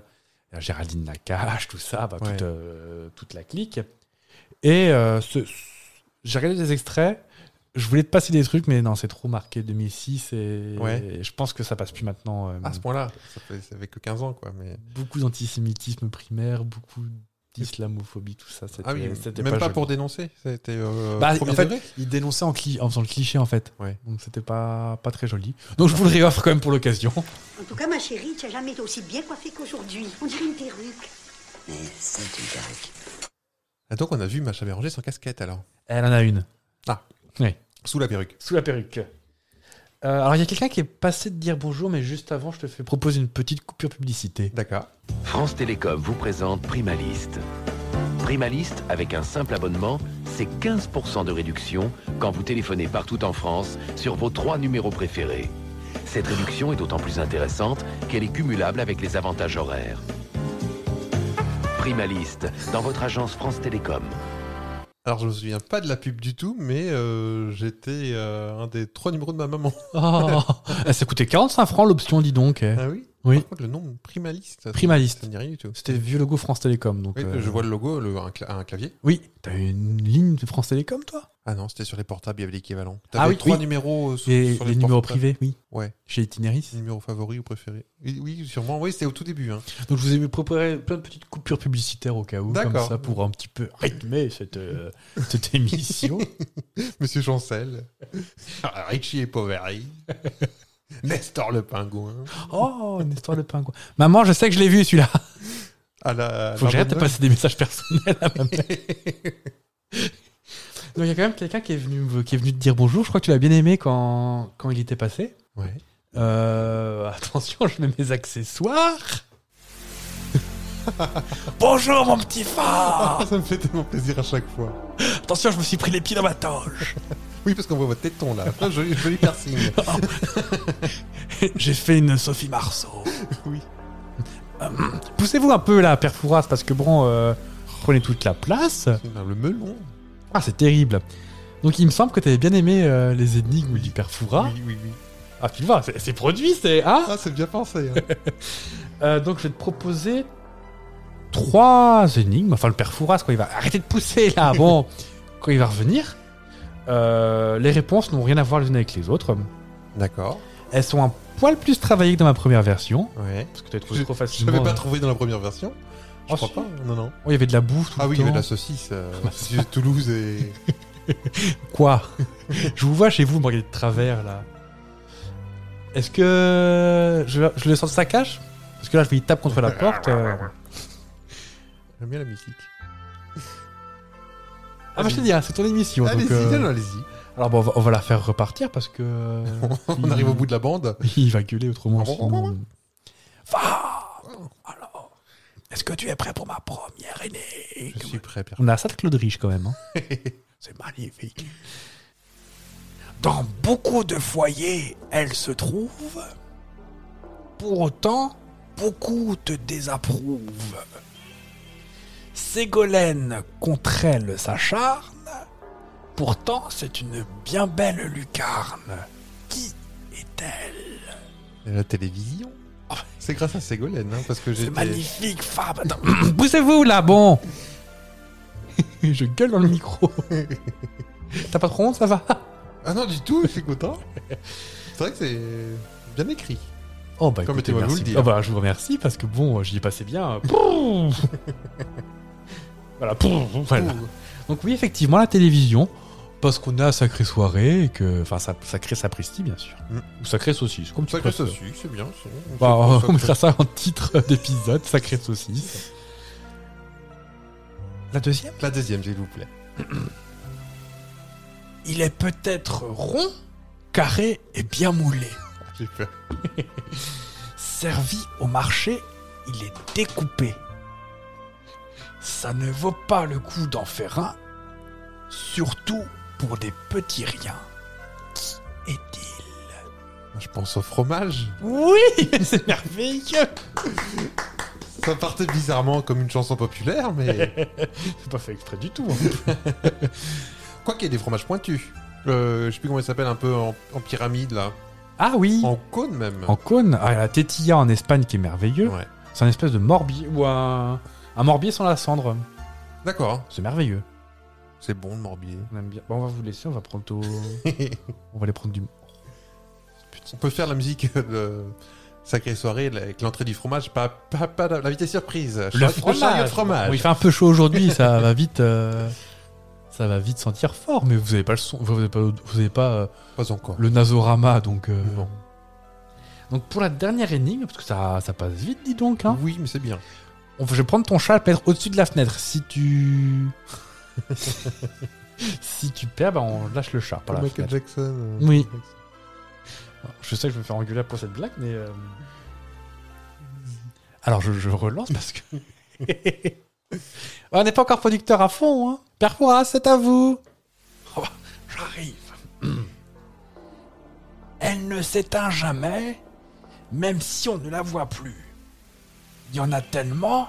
Géraldine Nakache, tout ça, bah,
Ouais.
toute, euh, toute la clique. Et euh, ce- j'ai regardé des extraits. Je voulais te passer des trucs, mais non, c'est trop marqué 2006 et,
Ouais. Ah,
et je pense que ça passe plus maintenant. euh,
À ce point-là. Ça fait, ça fait que 15 ans, quoi. Mais...
beaucoup d'antisémitisme primaire, beaucoup d'islamophobie, tout ça. C'était
Ah oui,
c'était
même pas,
joli.
pour dénoncer. C'était. euh,
Bah,
premier
en fait,
degré.
il dénonçait en, cli- en faisant le cliché en fait.
Ouais.
Donc c'était pas, pas très joli. Donc je vous le réoffre quand même pour l'occasion.
En tout cas, ma chérie, tu n'as jamais été aussi bien coiffée qu'aujourd'hui. On dirait une perruque.
Ah, donc, on a vu Macha Béranger sans casquette, alors.
[laughs] Elle en a une.
Sous la perruque.
Sous la perruque. Euh, alors il y a quelqu'un qui est passé de dire bonjour, mais juste avant, je te fais proposer une petite coupure [laughs] publicité.
D'accord.
France Télécom vous présente Primalist. Primalist, avec un simple abonnement, c'est 15% de réduction quand vous téléphonez partout en France sur vos trois numéros préférés. Cette réduction est d'autant plus intéressante qu'elle est cumulable avec les avantages horaires. Primalist, dans votre agence France Télécom.
Alors, je me souviens pas de la pub du tout, mais euh, j'étais euh, un des trois numéros de ma maman.
Oh, ça coûtait 45 francs l'option, dis donc. eh.
Ah oui
Oui.
Par contre, le nom primaliste. ça-
Primaliste.
Ça ne dit rien du tout.
C'était le vieux logo France Télécom. Donc,
Oui,
euh,
Je vois le logo, le, un, cla- un clavier.
Oui, t'as eu une ligne de France Télécom, toi
Ah non, c'était sur les portables, il y avait l'équivalent.
Ah
T'avais
oui,
trois
oui.
numéros euh, sur,
Et
sur
les, numéros
portables.
privés, oui.
Ouais.
Chez Itineris.
Numéro favori ou préféré Oui, Oui, sûrement. Oui, c'était au tout début. hein. [laughs]
Donc je vous ai préparé plein de petites coupures publicitaires au cas où, comme
D'accord.
ça, pour un petit peu rythmer cette, euh, cette [laughs] émission.
Monsieur Chancel, [laughs] Richie et Poveri, [laughs] Nestor le pingouin.
Oh, une histoire de pingouin. Maman, je sais que je l'ai vu celui-là.
À la, à
Faut
la
que j'arrête de
bonne
passer des messages personnels à ma mère. Donc il y a quand même quelqu'un qui est venu me- qui est venu te dire bonjour. Je crois que tu l'as bien aimé quand, quand il était passé.
note. Ouais.
Euh, attention, je mets mes accessoires. [laughs] Bonjour mon petit phare.
Ah, ça me fait tellement plaisir à chaque fois.
Attention, je me suis pris les pieds dans ma toge.
Oui, parce qu'on voit votre téton là.
[laughs]
Un joli, joli piercing.
J'ai fait une Sophie Marceau. Euh,
Oui.
Poussez-vous un peu là, Père Fouras, parce que bon, euh, prenez toute la place.
Le melon.
Ah, c'est terrible. Donc, il me semble que t'avais bien aimé euh, les énigmes du Père Fouras.
Oui, oui, oui.
Ah, tu le vois, c'est c'est produit, c'est. Hein
Ah, c'est
[laughs]
bien pensé. hein.
Euh, donc, je vais te proposer trois énigmes. Enfin, le Père Fouras, quoi, il va arrêter de pousser
[laughs]
là. Bon, quand il va revenir, euh, les réponses n'ont rien à voir les unes avec les autres.
D'accord.
Elles sont un poil plus travaillées que dans ma première version.
Ouais.
Parce que t'as
Je-
trouvé trop
Je
facilement.
l'avais pas trouvé dans la première version. Je
Ah,
crois
si.
pas. Non, non.
hein. Oh, il y avait de la bouffe tout
Ah
le
oui, il y
temps. Bah,
avait de la saucisse. euh,
[laughs]
saucisse de Toulouse et.
Quoi [laughs] Je vous vois chez vous me regarder de travers là. Est-ce que je, je le sens de sa cache Parce que là je vais y taper contre la porte.
[laughs]
euh.
J'aime bien la musique.
Ah bah je te dis, hein, c'est ton émission. donc,
Allez-y,
euh,
non, allez-y.
Alors bon, on va, on va la faire repartir parce que...
[laughs]
euh,
On arrive au bout de la bande.
Il va gueuler autrement.
Ah bon,
sinon.
bon, bon,
Va Alors, est-ce que tu es prêt pour ma première énigme
Je suis prêt, Pierre.
On a ça de Claude Riche quand même. hein. [laughs] C'est magnifique. Dans beaucoup de foyers, elle se trouve. Pour autant, beaucoup te désapprouvent. Ségolène contre elle s'acharne. Pourtant, c'est une bien belle lucarne. Qui est-elle
La télévision. C'est grâce à Ségolène, hein, parce que
Ah, C'est
j'étais.
magnifique femme. Attends, [coughs] Poussez-vous là, bon. [laughs] Je gueule dans le micro. T'as pas trop honte, ça va
Ah non, du tout, je suis content. C'est vrai que c'est bien écrit.
Oh bah
Comme
écoutez,
t'es moi de vous
merci.
le dire.
Ah bah, je vous remercie parce que bon, j'y ai passé
[laughs]
bien. Pouf voilà, pouf, voilà. Donc oui, effectivement, la télévision, parce qu'on a sacrée soirée et que, enfin, ça, sacrée sapristi bien sûr,
Mm.
ou sacrée saucisse, comme tu
Ça que
préfères.
saucisse, c'est bien. c'est bien.
Bah, on
Sacré-
on mettra ça en titre d'épisode, sacrée saucisse. La deuxième.
La deuxième, s'il vous plaît.
Il est peut-être rond, carré et bien moulé.
J'ai peur.
Servi au marché, il est découpé. Ça ne vaut pas le coup d'en faire un, surtout pour des petits riens. Qui est-il
Je pense au fromage.
Oui, [laughs] c'est merveilleux
Ça partait bizarrement comme une chanson
[laughs]
populaire, mais.
[laughs] C'est pas fait exprès du tout. hein.
Quoi qu'il y ait des fromages pointus. Euh, je sais plus comment il s'appelle, un peu en, en pyramide là.
Ah oui
En cône même.
En cône, ah, la tétilla en Espagne qui est merveilleux.
Ouais.
C'est un espèce de morbier ou un, un morbier sans la cendre.
D'accord.
C'est merveilleux.
C'est bon le [laughs] morbier.
On aime bien. Bon, on va vous laisser, on va prendre au- [laughs] on va aller prendre du.
On peut faire la musique de Sacrée Soirée là, avec l'entrée du fromage, pas, pas, pas la vitesse surprise. Char- chariot de fromage.
Bon, il fait un peu chaud aujourd'hui, ça va vite. euh, Ça va vite sentir fort, mais vous avez pas le son, vous avez pas, vous avez pas euh,
Pas encore.
le nasorama, donc. euh,
Non.
Donc pour la dernière énigme, parce que ça, ça passe vite, dis donc. Hein.
Oui, mais c'est bien.
On- Je vais prendre ton chat, peut-être au-dessus de la fenêtre. Si tu, [laughs] si tu perds, bah, on lâche le chat. Par la
Comme Michael
fenêtre.
Jackson. euh,
Oui. Je sais que je vais me faire engueuler pour cette blague, mais. euh, Alors je, je relance parce que. [laughs] On n'est pas encore producteur à fond, hein. Père Fouras, c'est à vous. Oh, J'arrive. [clears throat] Elle ne s'éteint jamais, même si on ne la voit plus. Il y en a tellement,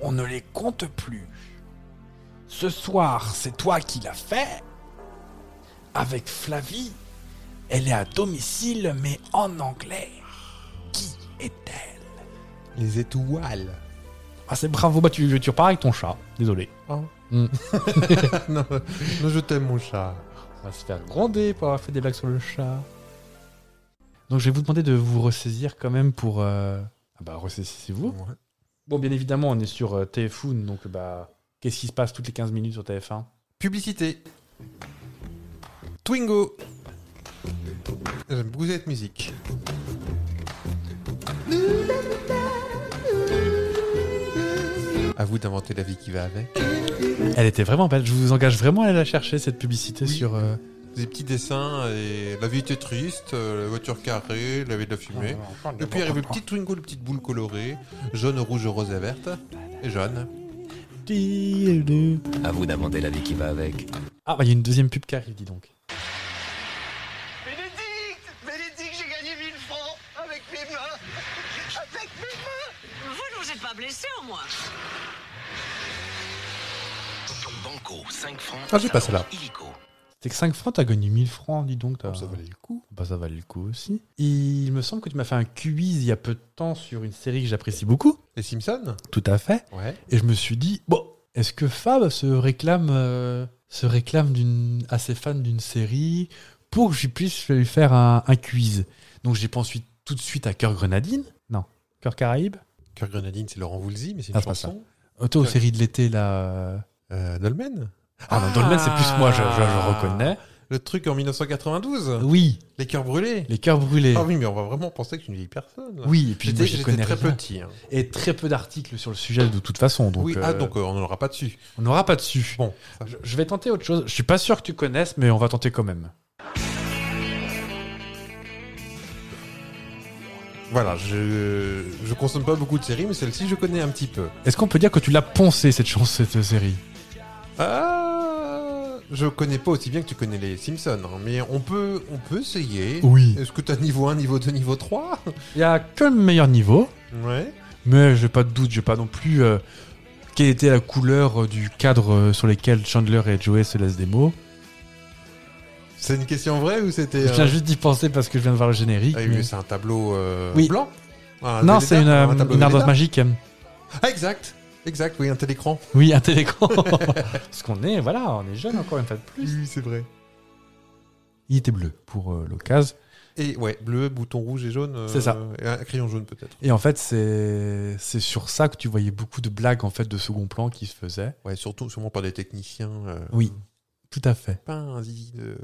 on ne les compte plus.
Ce soir, c'est toi qui l'as fait. Avec Flavie, elle est à domicile, mais en anglais. Qui est-elle
Les étoiles. [laughs]
Ah, c'est bravo, bah, tu, tu repars avec ton chat. Désolé.
Oh.
Mm.
non, non, je t'aime mon chat.
On va se faire gronder pour avoir fait des blagues sur le chat. Donc je vais vous demander de vous ressaisir quand même pour... euh, Ah bah ressaisissez-vous.
Ouais.
Bon, bien évidemment, on est sur euh, TF1, donc bah... Qu'est-ce qui se passe toutes les 15 minutes sur TF1
Publicité. Twingo. J'aime beaucoup cette musique. À vous d'inventer la vie qui va avec.
Elle était vraiment belle, je vous engage vraiment à aller la chercher, cette publicité
Oui.
sur... euh,
Des petits dessins et la vie était triste, euh, la voiture carrée, la vie de la
Ah,
fumée. Et puis arrive le petit Twingo, le petite boule colorée, jaune, rouge, rose et verte. Et jaune.
À vous d'inventer la vie qui va avec.
Ah bah il y a une deuxième pub qui arrive, dis donc.
Bénédicte Bénédicte, j'ai gagné 1000 francs avec mes mains Avec mes mains
Vous nous êtes pas blessés au moins.
Banco, 5 francs.
Ah, j'ai pas celle-là.
Illico.
C'était que 5 francs, t'as gagné 1000 francs, dis donc. t'as-
Oh, ça valait le coup.
Bah ça valait le coup aussi. Il me semble que tu m'as fait un quiz il y a peu de temps sur une série que j'apprécie beaucoup.
Les Simpsons
Tout à fait.
Ouais.
Et je me suis dit, bon, est-ce que Fab se réclame, euh, se réclame d'une, à ses fans d'une série pour que je puisse lui faire un, un quiz Donc j'ai pensé tout de suite à Cœur Grenadine. Non, Cœur Caraïbe.
Cœur Grenadine, c'est Laurent Voulzy, mais c'est une
Ah, c'est pas
chanson.
Auto
Ouais.
série de l'été là. euh,
Euh, Dolmen Ah.
Ah non, Dolmen c'est plus moi, je, je- je reconnais.
Le truc en 1992
Oui,
Les cœurs brûlés
les cœurs brûlés.
Ah oui, mais on va vraiment penser que c'est une vieille personne. là.
Oui, et puis
J'étais
moi, je
j'étais
connais
très
rien.
petit. hein.
Et très peu d'articles sur le sujet de toute façon. Donc,
oui,
euh,
ah, donc euh, on n'aura pas dessus.
on n'aura pas dessus.
Bon, ça-
Je- Je vais tenter autre chose. Je suis pas sûr que tu connaisses, mais on va tenter quand même.
voilà, je, je consomme pas beaucoup de séries, mais celle-ci, je connais un petit peu.
Est-ce qu'on peut dire que tu l'as poncé cette chanson, cette série
Ah, je connais pas aussi bien que tu connais les Simpsons, hein, mais on peut, on peut essayer.
Oui.
Est-ce que t'as niveau 1, niveau 2, niveau 3
Il y a que le meilleur niveau,
Ouais.
mais j'ai pas de doute, j'ai pas non plus euh, quelle était la couleur euh, du cadre euh, sur lequel Chandler et Joey se laissent des mots.
C'est une question vraie ou c'était.
Je
euh,
tiens juste d'y penser parce que je viens de voir le générique.
ah oui,
mais-
mais c'est un tableau euh,
Oui.
blanc Un
Non,
Zelleda
c'est une, euh,
Un tableau
une ardoise
Zelleda
magique.
Ah, exact. Exact, oui, un télécran.
Oui, un télécran.
[laughs]
parce qu'on est, voilà, on est jeune encore une fois de plus.
Oui, c'est vrai.
Il était bleu pour euh, l'occasion.
Et ouais, bleu, bouton rouge et jaune. euh,
C'est ça.
Et un crayon jaune peut-être.
Et en fait, c'est c'est sur ça que tu voyais beaucoup de blagues en fait de second plan qui se faisaient.
Ouais, surtout sûrement par des techniciens. euh,
Oui. Tout à fait.
Pas un zizi de.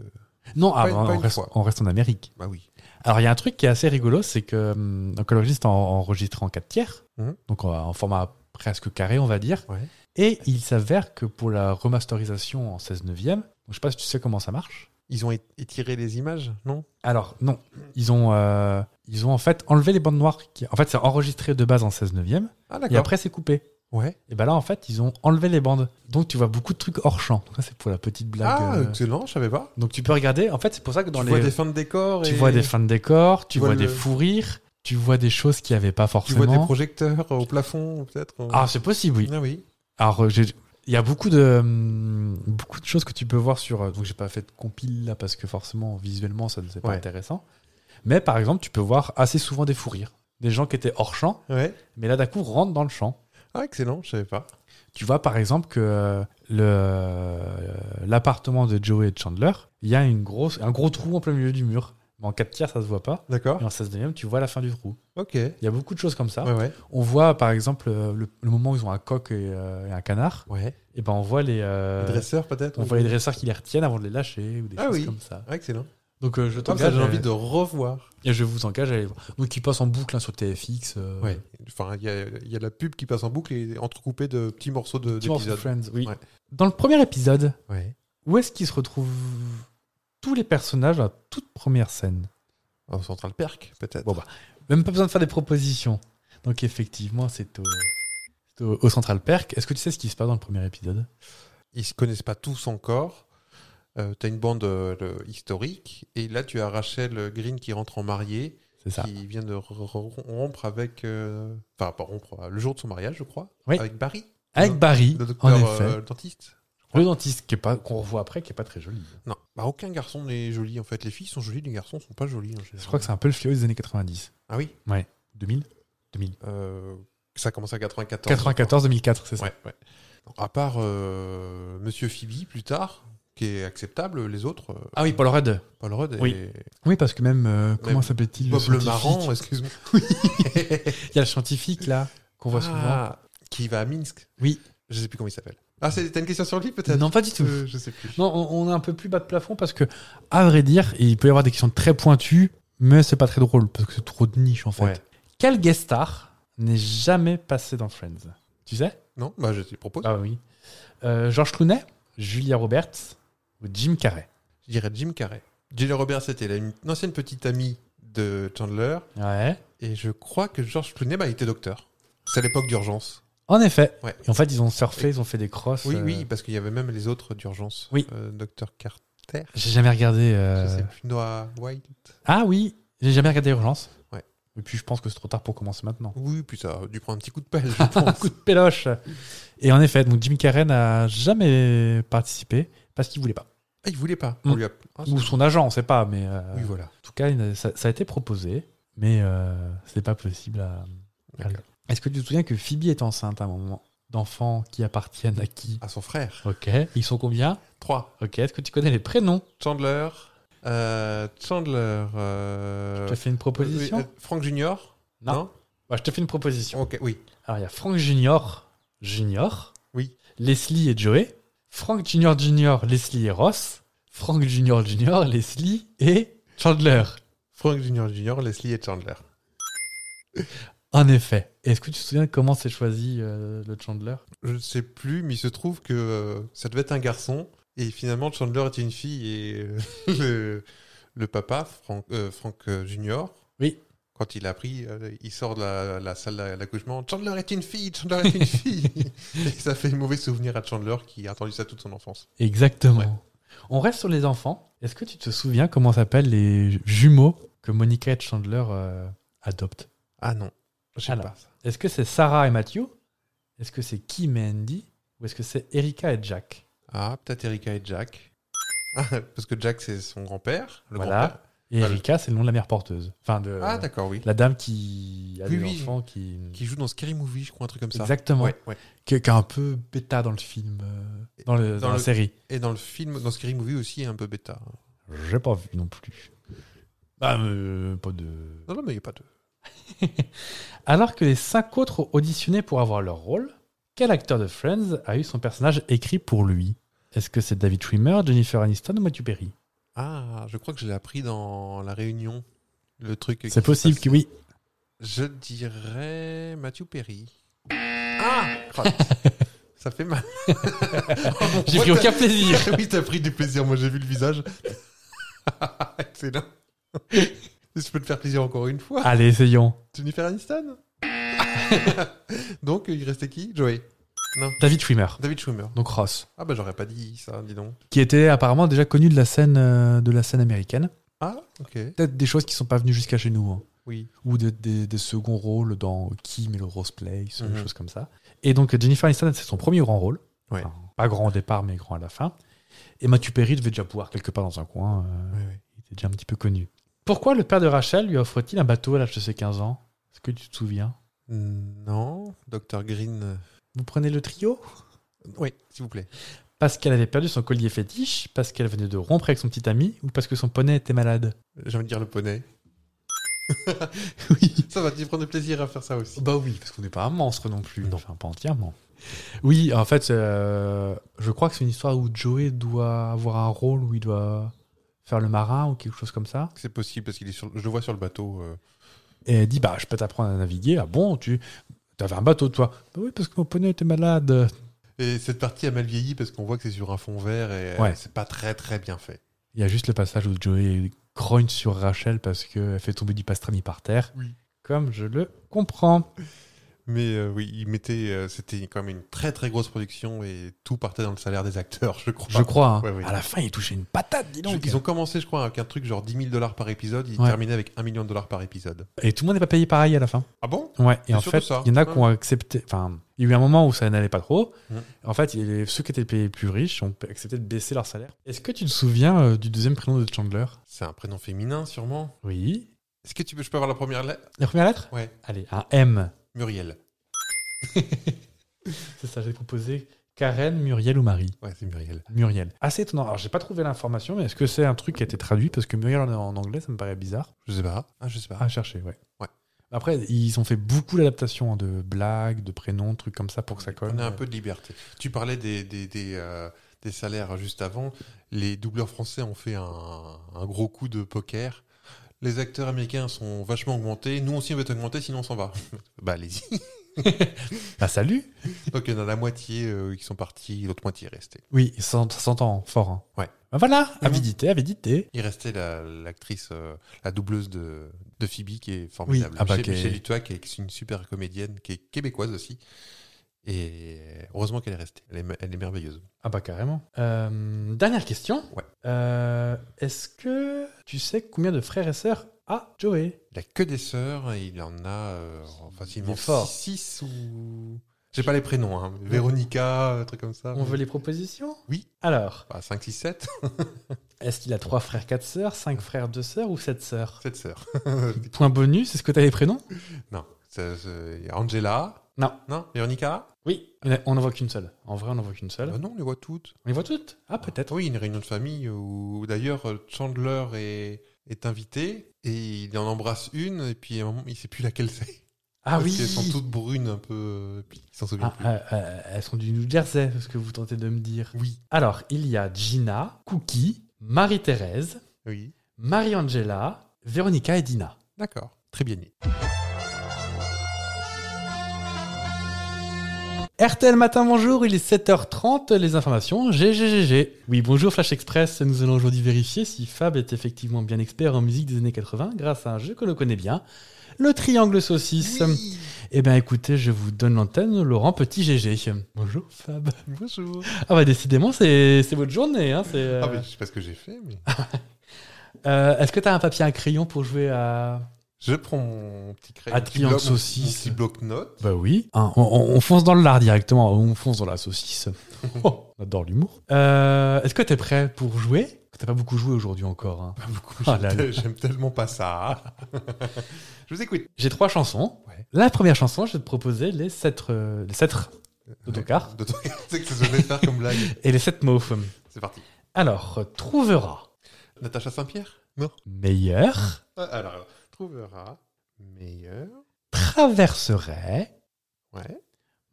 Non, ah,
une-
bah,
pas
on,
une
reste,
fois.
on reste en Amérique.
Bah oui.
Alors, il y a un truc qui est assez rigolo, c'est que hum, donc, le registre en, enregistré en 4 tiers,
Mhm.
donc en, en format presque carré, on va dire.
Ouais.
Et il s'avère que pour la remasterisation en 16 neuvième, je sais pas si tu sais comment ça marche.
Ils ont é- étiré les images, non
Alors, non, ils ont, euh, ils ont en fait enlevé les bandes noires. Qui, en fait, c'est enregistré de base en 16 neuvième,
Ah
et
d'accord.
après, c'est coupé.
Ouais.
Et ben là, en fait, ils ont enlevé les bandes. Donc, tu vois beaucoup de trucs hors champ. Donc, ça, c'est pour la petite blague.
Ah,
euh.
excellent, je savais pas.
Donc, tu peux regarder. En fait, c'est pour ça que dans
tu
les.
vois des fins de décor.
Tu
et-
vois des fins de décor, tu
Tu
vois,
vois
des
le-
fous rires, tu vois des choses qu'il n'y avait pas
Tu
forcément.
vois des projecteurs au plafond, peut-être euh.
ah, c'est possible, oui.
Ah oui.
Alors, euh, j'ai- il y a beaucoup de, hum, beaucoup de choses que tu peux voir sur. euh, Donc, j'ai pas fait de compile là parce que forcément, visuellement, ça ne c'est pas
Ouais.
intéressant. Mais par exemple, tu peux voir assez souvent des fous rires. Des gens qui étaient hors champ,
Ouais.
mais là, d'un coup, rentrent dans le champ.
Ah, excellent, je savais pas.
Tu vois par exemple que euh, le, euh, l'appartement de Joey et de Chandler, il y a une grosse, un gros trou en plein milieu du mur. Mais en 4 tiers, ça se voit pas.
D'accord.
Et Ah. en 16 e tu vois la fin du trou.
Ok. Ouais,
Il y a beaucoup de choses comme ça.
ouais.
On voit par exemple euh, le, le moment où ils ont un coq et, euh, et un canard.
Ouais.
Et ben on voit les, euh,
Dresseur, peut-être
on
ou-
voit les dresseurs qui les retiennent avant de les lâcher ou des
Ah
choses
oui.
comme ça.
Ah, excellent.
Donc euh, je
Comme ça,
t'engage
j'ai envie de revoir.
et je vous engage à aller voir. Donc ils passent en boucle hein, sur TFX. euh,
Ouais. Enfin, il y a, il y a la pub qui passe en boucle et entrecoupée de petits morceaux de-
Team of
d'épisodes.
Friends, oui.
Ouais.
Dans le premier épisode,
Ouais.
où est-ce qu'ils se retrouvent tous les personnages dans la toute première scène
En central perk, peut-être.
Bon, bah. Même pas besoin de faire des propositions. Donc effectivement, c'est au, c'est au, au Central Perk. Est-ce que tu sais ce qui se passe dans le premier épisode
Ils se connaissent pas tous encore. Euh, t'as une bande euh, le- historique et là tu as Rachel Green qui rentre en mariée,
C'est ça.
qui vient de r- r- rompre avec, euh, enfin pas rompre, euh, le jour de son mariage je crois,
Oui.
avec Barry,
Avec Barry,
le
en
docteur
effet.
euh, le dentiste.
Le dentiste, qui est pas- qu'on revoit après, qui est pas très joli.
Non, bah, aucun garçon n'est joli en fait. Les filles sont jolies, les garçons sont pas jolis. en général.
Je crois que c'est un peu le fléau des années 90.
Ah oui
2000 2000.
Euh, Ça commence à 94.
94-2004, c'est ça.
Ouais, ouais. À part euh, Monsieur Phoebe plus tard, qui est acceptable, les autres, euh,
Ah oui, Paul Rudd.
Paul Rudd et
Oui. Oui, parce que même, euh, comment
Même
s'appelle-t-il
Bob le
scientifique [laughs]
Marrant, excuse-moi. [laughs]
Il y a le scientifique, là, qu'on voit souvent.
Ah, Qui va à Minsk
Oui.
Je sais plus comment il s'appelle. Ah, c'est- t'as une question sur lui peut-être
Non, pas du tout.
Euh, Je sais plus.
Non, on, on est un peu plus bas de plafond parce que, à vrai dire, il peut y avoir des questions très pointues, mais c'est pas très drôle parce que c'est trop de niche en fait.
Ouais.
Quel guest star n'est jamais passé dans Friends Tu sais
Non, bah je te propose.
Ah oui. Euh, Georges Clooney, Julia Roberts ou Jim Carrey
Je dirais Jim Carrey. Julia Roberts, c'était la- une ancienne petite amie de Chandler.
Ouais.
Et je crois que George Clooney, bah, il était docteur. C'est à l'époque d'urgence.
En effet.
Ouais.
Et en fait, ils ont surfé, ils ont fait des crosses.
Oui,
euh,
oui, parce qu'il y avait même les autres d'urgence.
Oui.
Euh, docteur Carter.
J'ai jamais regardé. euh,
Je sais plus. Noah White.
Ah oui, j'ai jamais regardé Urgence.
Ouais.
Et puis je pense que c'est trop tard pour commencer maintenant.
Oui, puis ça a dû prendre un petit coup de [laughs] pelle, Ah, je pense.
Coup de péloche. Et en effet, donc Jim Carrey n'a jamais participé parce qu'il voulait pas.
Ah, il voulait pas.
Mm.
On lui a... Ah, c'est-
Ou son agent, on sait pas, mais euh,
Oui, voilà.
en tout cas, il a- ça, ça a été proposé, mais euh, c'est pas possible à. à-
D'accord.
Est-ce que tu te souviens que Phoebe est enceinte à un moment d'enfants qui appartiennent à qui
À son frère.
Ok, ils sont combien
3.
Ok, est-ce que tu connais les prénoms
Chandler. euh, Chandler. euh,
Je te fais une proposition
oui, euh, Frank Junior.
Non. Bah, Je te fais une proposition.
Ok, oui.
Alors, il y a Frank Junior, Junior,
Oui.
Leslie et Joey, Frank Junior Junior, Leslie et Ross, Frank Junior Junior, Leslie et Chandler.
Frank Junior Junior, Leslie et Chandler.
En effet. Est-ce que tu te souviens comment s'est choisi euh, le Chandler
Je ne sais plus, mais il se trouve que euh, ça devait être un garçon. Et finalement, Chandler était une fille et euh, [laughs] le, le papa, Frank, euh, Frank, euh, Junior.
Oui.
Quand il a appris, euh, il sort de la, la salle d'a- d'accouchement. Chandler est une fille, Chandler
[laughs]
est une fille. et ça fait un mauvais souvenir à Chandler qui a attendu ça toute son enfance.
Exactement. On reste sur les enfants. Est-ce que tu te souviens comment s'appellent les jumeaux que Monica et Chandler euh, adoptent
Ah non, je sais
Alors.
pas. ça.
Est-ce que c'est Sarah et Matthew Est-ce que c'est Kim et Andy Ou est-ce que c'est Erika et Jack
Ah, peut-être Erika et Jack. [laughs] Ah, parce que Jack, c'est son grand-père. Le
Voilà. Et
Ah,
Erika, c'est le nom de la mère porteuse. Enfin, de
grand-père. Ah, d'accord, oui.
la dame qui a
Oui,
des
oui.
enfants qui...
Qui joue dans Scary Movie, je crois, un truc comme ça.
Exactement.
Ouais, ouais.
Qui, qui est un peu bêta dans le film, euh, dans, le-
Dans
dans la
le-
série.
Et dans le film, dans Scary Movie aussi, un peu bêta. hein.
J'ai pas vu non plus. Bah, euh, pas de...
Non, non, mais il n'y a pas de.
Alors que les cinq autres ont auditionné pour avoir leur rôle, quel acteur de Friends a eu son personnage écrit pour lui Est-ce que c'est David Schwimmer, Jennifer Aniston ou Matthew Perry
Ah, je crois que je l'ai appris dans la réunion. Le truc. qui
C'est possible
se
que oui.
passe. Je dirais Matthew Perry. Ah
[laughs]
Crotte. Ça fait mal.
J'ai pris aucun plaisir.
[laughs] oui, t'as pris du plaisir. Moi, j'ai vu le visage. [laughs] Excellent. [laughs] Je peux te faire plaisir encore une fois.
Allez, essayons.
Jennifer Aniston [laughs] Donc, il restait qui Joey.
David Schwimmer,
David Schumer.
donc Ross,
Ah, bah, j'aurais pas dit ça, dis donc.
qui était apparemment déjà connu de la scène, euh, de la scène américaine.
Ah, ok.
Peut-être des choses qui sont pas venues jusqu'à chez nous. hein.
Oui.
Ou de- des, des seconds rôles dans Kim et le Rose Place, des
Mhm.
choses comme ça. Et donc Jennifer Aniston, c'est son premier grand rôle.
Ouais.
Enfin, pas grand au départ, mais grand à la fin. Et Matthew Perry devait déjà pouvoir quelque part dans un coin. euh,
Oui, oui.
Il était déjà un petit peu connu. Pourquoi le père de Rachel lui offre-t-il un bateau à l'âge de ses 15 ans Est-ce que tu te souviens
Non, Dr Green.
Vous prenez le trio
Oui, s'il vous plaît.
Parce qu'elle avait perdu son collier fétiche, parce qu'elle venait de rompre avec son petit ami, ou parce que son poney était malade
J'ai envie de dire le poney.
[laughs] Oui.
Ça va, tu prends du plaisir à faire ça aussi.
Bah oui, parce qu'on n'est pas un monstre non plus.
Non.
Enfin, pas entièrement. Oui, en fait, euh, je crois que c'est une histoire où Joey doit avoir un rôle où il doit faire le marin ou quelque chose comme ça.
C'est possible parce qu'il est sur, je le vois sur le bateau. euh.
Et elle dit, bah, je peux t'apprendre à naviguer. Ah bon, tu avais un bateau, toi Bah oui, parce que mon poney était malade.
Et cette partie a mal vieilli parce qu'on voit que c'est sur un fond vert et euh,
Ouais.
c'est pas très très bien fait.
Il y a juste le passage où Joey grogne sur Rachel parce qu'elle fait tomber du pastrami par terre.
Oui.
Comme je le comprends.
Mais euh, oui, il mettait, euh, c'était quand même une très très grosse production et tout partait dans le salaire des acteurs, je crois.
Je crois. hein.
Bah, Ouais, ouais.
À la fin, il touchait une patate, dis
Je-
donc.
ils ont commencé, je crois, avec un truc genre 10 000 dollars par épisode. Ils
Ouais.
terminaient avec 1 million de dollars par épisode.
Et tout le monde n'est pas payé pareil à la fin.
Ah bon
Ouais, et
C'est
en
surtout
fait,
ça.
il y en a
Ouais.
qui ont accepté. Enfin, Il y a eu un moment où ça n'allait pas trop.
Mm.
En fait, il y avait ceux qui étaient les plus riches ont accepté de baisser leur salaire. Est-ce que tu te souviens euh, du deuxième prénom de Chandler
C'est un prénom féminin, sûrement.
Oui.
Est-ce que tu peux, je peux avoir la première lettre
La première lettre
Ouais,
Allez, un M.
Muriel.
C'est ça, j'ai proposé Karen, Muriel ou Marie.
Ouais, c'est Muriel.
Muriel. Assez étonnant. Alors, j'ai pas trouvé l'information, mais est-ce que c'est un truc qui a été traduit Parce que Muriel en, en anglais, ça me paraît bizarre.
Je sais pas. Ah, je sais pas.
À chercher, ouais.
Ouais.
Après, ils ont fait beaucoup d'adaptations hein, de blagues, de prénoms, trucs comme ça pour que ça colle.
On a un peu de liberté. Tu parlais des, des, des, euh, des salaires juste avant. Les doubleurs français ont fait un, un gros coup de poker. Les acteurs américains sont vachement augmentés. Nous aussi, on va être augmentés, sinon on s'en va. [laughs] bah, allez-y.
Bah, salut
Donc, il y en a la moitié euh, qui sont partis, l'autre moitié est restée.
Oui, ça s'ent- ça s'entend fort. hein.
Ouais.
Bah, voilà
Mhm.
Avidité, avidité.
Il restait la- l'actrice, euh, la doubleuse de, de Phoebe, qui est formidable.
ah bah,
Michel,
qui est-
Michel Lutois, qui est qui est une super comédienne, qui est québécoise aussi. Et heureusement qu'elle est restée. Elle est, me- elle est merveilleuse.
Ah, bah, carrément. Euh, dernière question.
Ouais.
Euh, est-ce que tu sais combien de frères et sœurs a Joey
Il a que des sœurs, et il en a euh, facilement
Il est fort.
6 ou. J'ai pas les prénoms, hein. Véronica, un truc comme ça.
On veut les propositions
Oui.
Alors,
5, 6, [laughs] 7.
est-ce qu'il a trois frères, quatre sœurs, cinq frères, deux sœurs ou sept sœurs
7 sœurs. [laughs]
Point bonus, est-ce que t'as les prénoms
non. Ça, ça- il y a Angela.
Non.
Non, Véronica
Oui. On n'en voit qu'une seule. En vrai, on n'en voit qu'une seule.
Bah Non, on les voit toutes.
On les voit toutes Ah, peut-être.
Oui, une réunion de famille où d'ailleurs euh, Chandler est, est invité et il en embrasse une et puis à un moment il sait plus laquelle c'est.
Ah
Parce
oui
qu'elles sont toutes brunes un peu. Puis il s'en souvient
Ah,
plus.
euh, euh, Elles sont du New Jersey, c'est ce que vous tentez de me dire.
Oui,
Alors, il y a Gina, Cookie, Marie-Thérèse,
oui.
Marie-Angela, Véronica et Dina.
D'accord. Très bien. dit.
RTL Matin, bonjour, il est 7h30, les informations, GGGG. Oui, bonjour Flash Express, nous allons aujourd'hui vérifier si Fab est effectivement bien expert en musique des années 80 grâce à un jeu que l'on connaît bien, le triangle saucisse. Eh bien écoutez, je vous donne l'antenne, Laurent Petit GG. Bonjour Fab.
Bonjour.
Ah bah décidément, c'est c'est votre journée. Hein, c'est, euh,
Ah, mais je sais pas ce que j'ai fait, mais.
euh, Est-ce que t'as un papier à un crayon pour jouer à...
Je prends mon petit crayon.
Ah,
mon petit
triangle
bloc- mon-
saucisse.
Mon petit bloc-notes.
Bah oui. Hein, on, on- on fonce dans le lard directement, on fonce dans la saucisse. Oh, [laughs] on adore l'humour. Euh, Est-ce que t'es prêt pour jouer T'as pas beaucoup joué aujourd'hui encore. hein. Ah là là.
[laughs] J'aime j'aime tellement pas ça. [laughs] je vous écoute.
J'ai trois chansons.
Ouais.
La première chanson, je vais te proposer les sept, euh, les sept
[laughs]
autocars
D'autant que c'est que je vais faire comme blague.
et les sept mots.
C'est parti.
Alors, euh, trouvera
Natacha Saint-Pierre Non.
meilleur,
Ah, Alors, trouvera meilleur.
traverserait,
Ouais.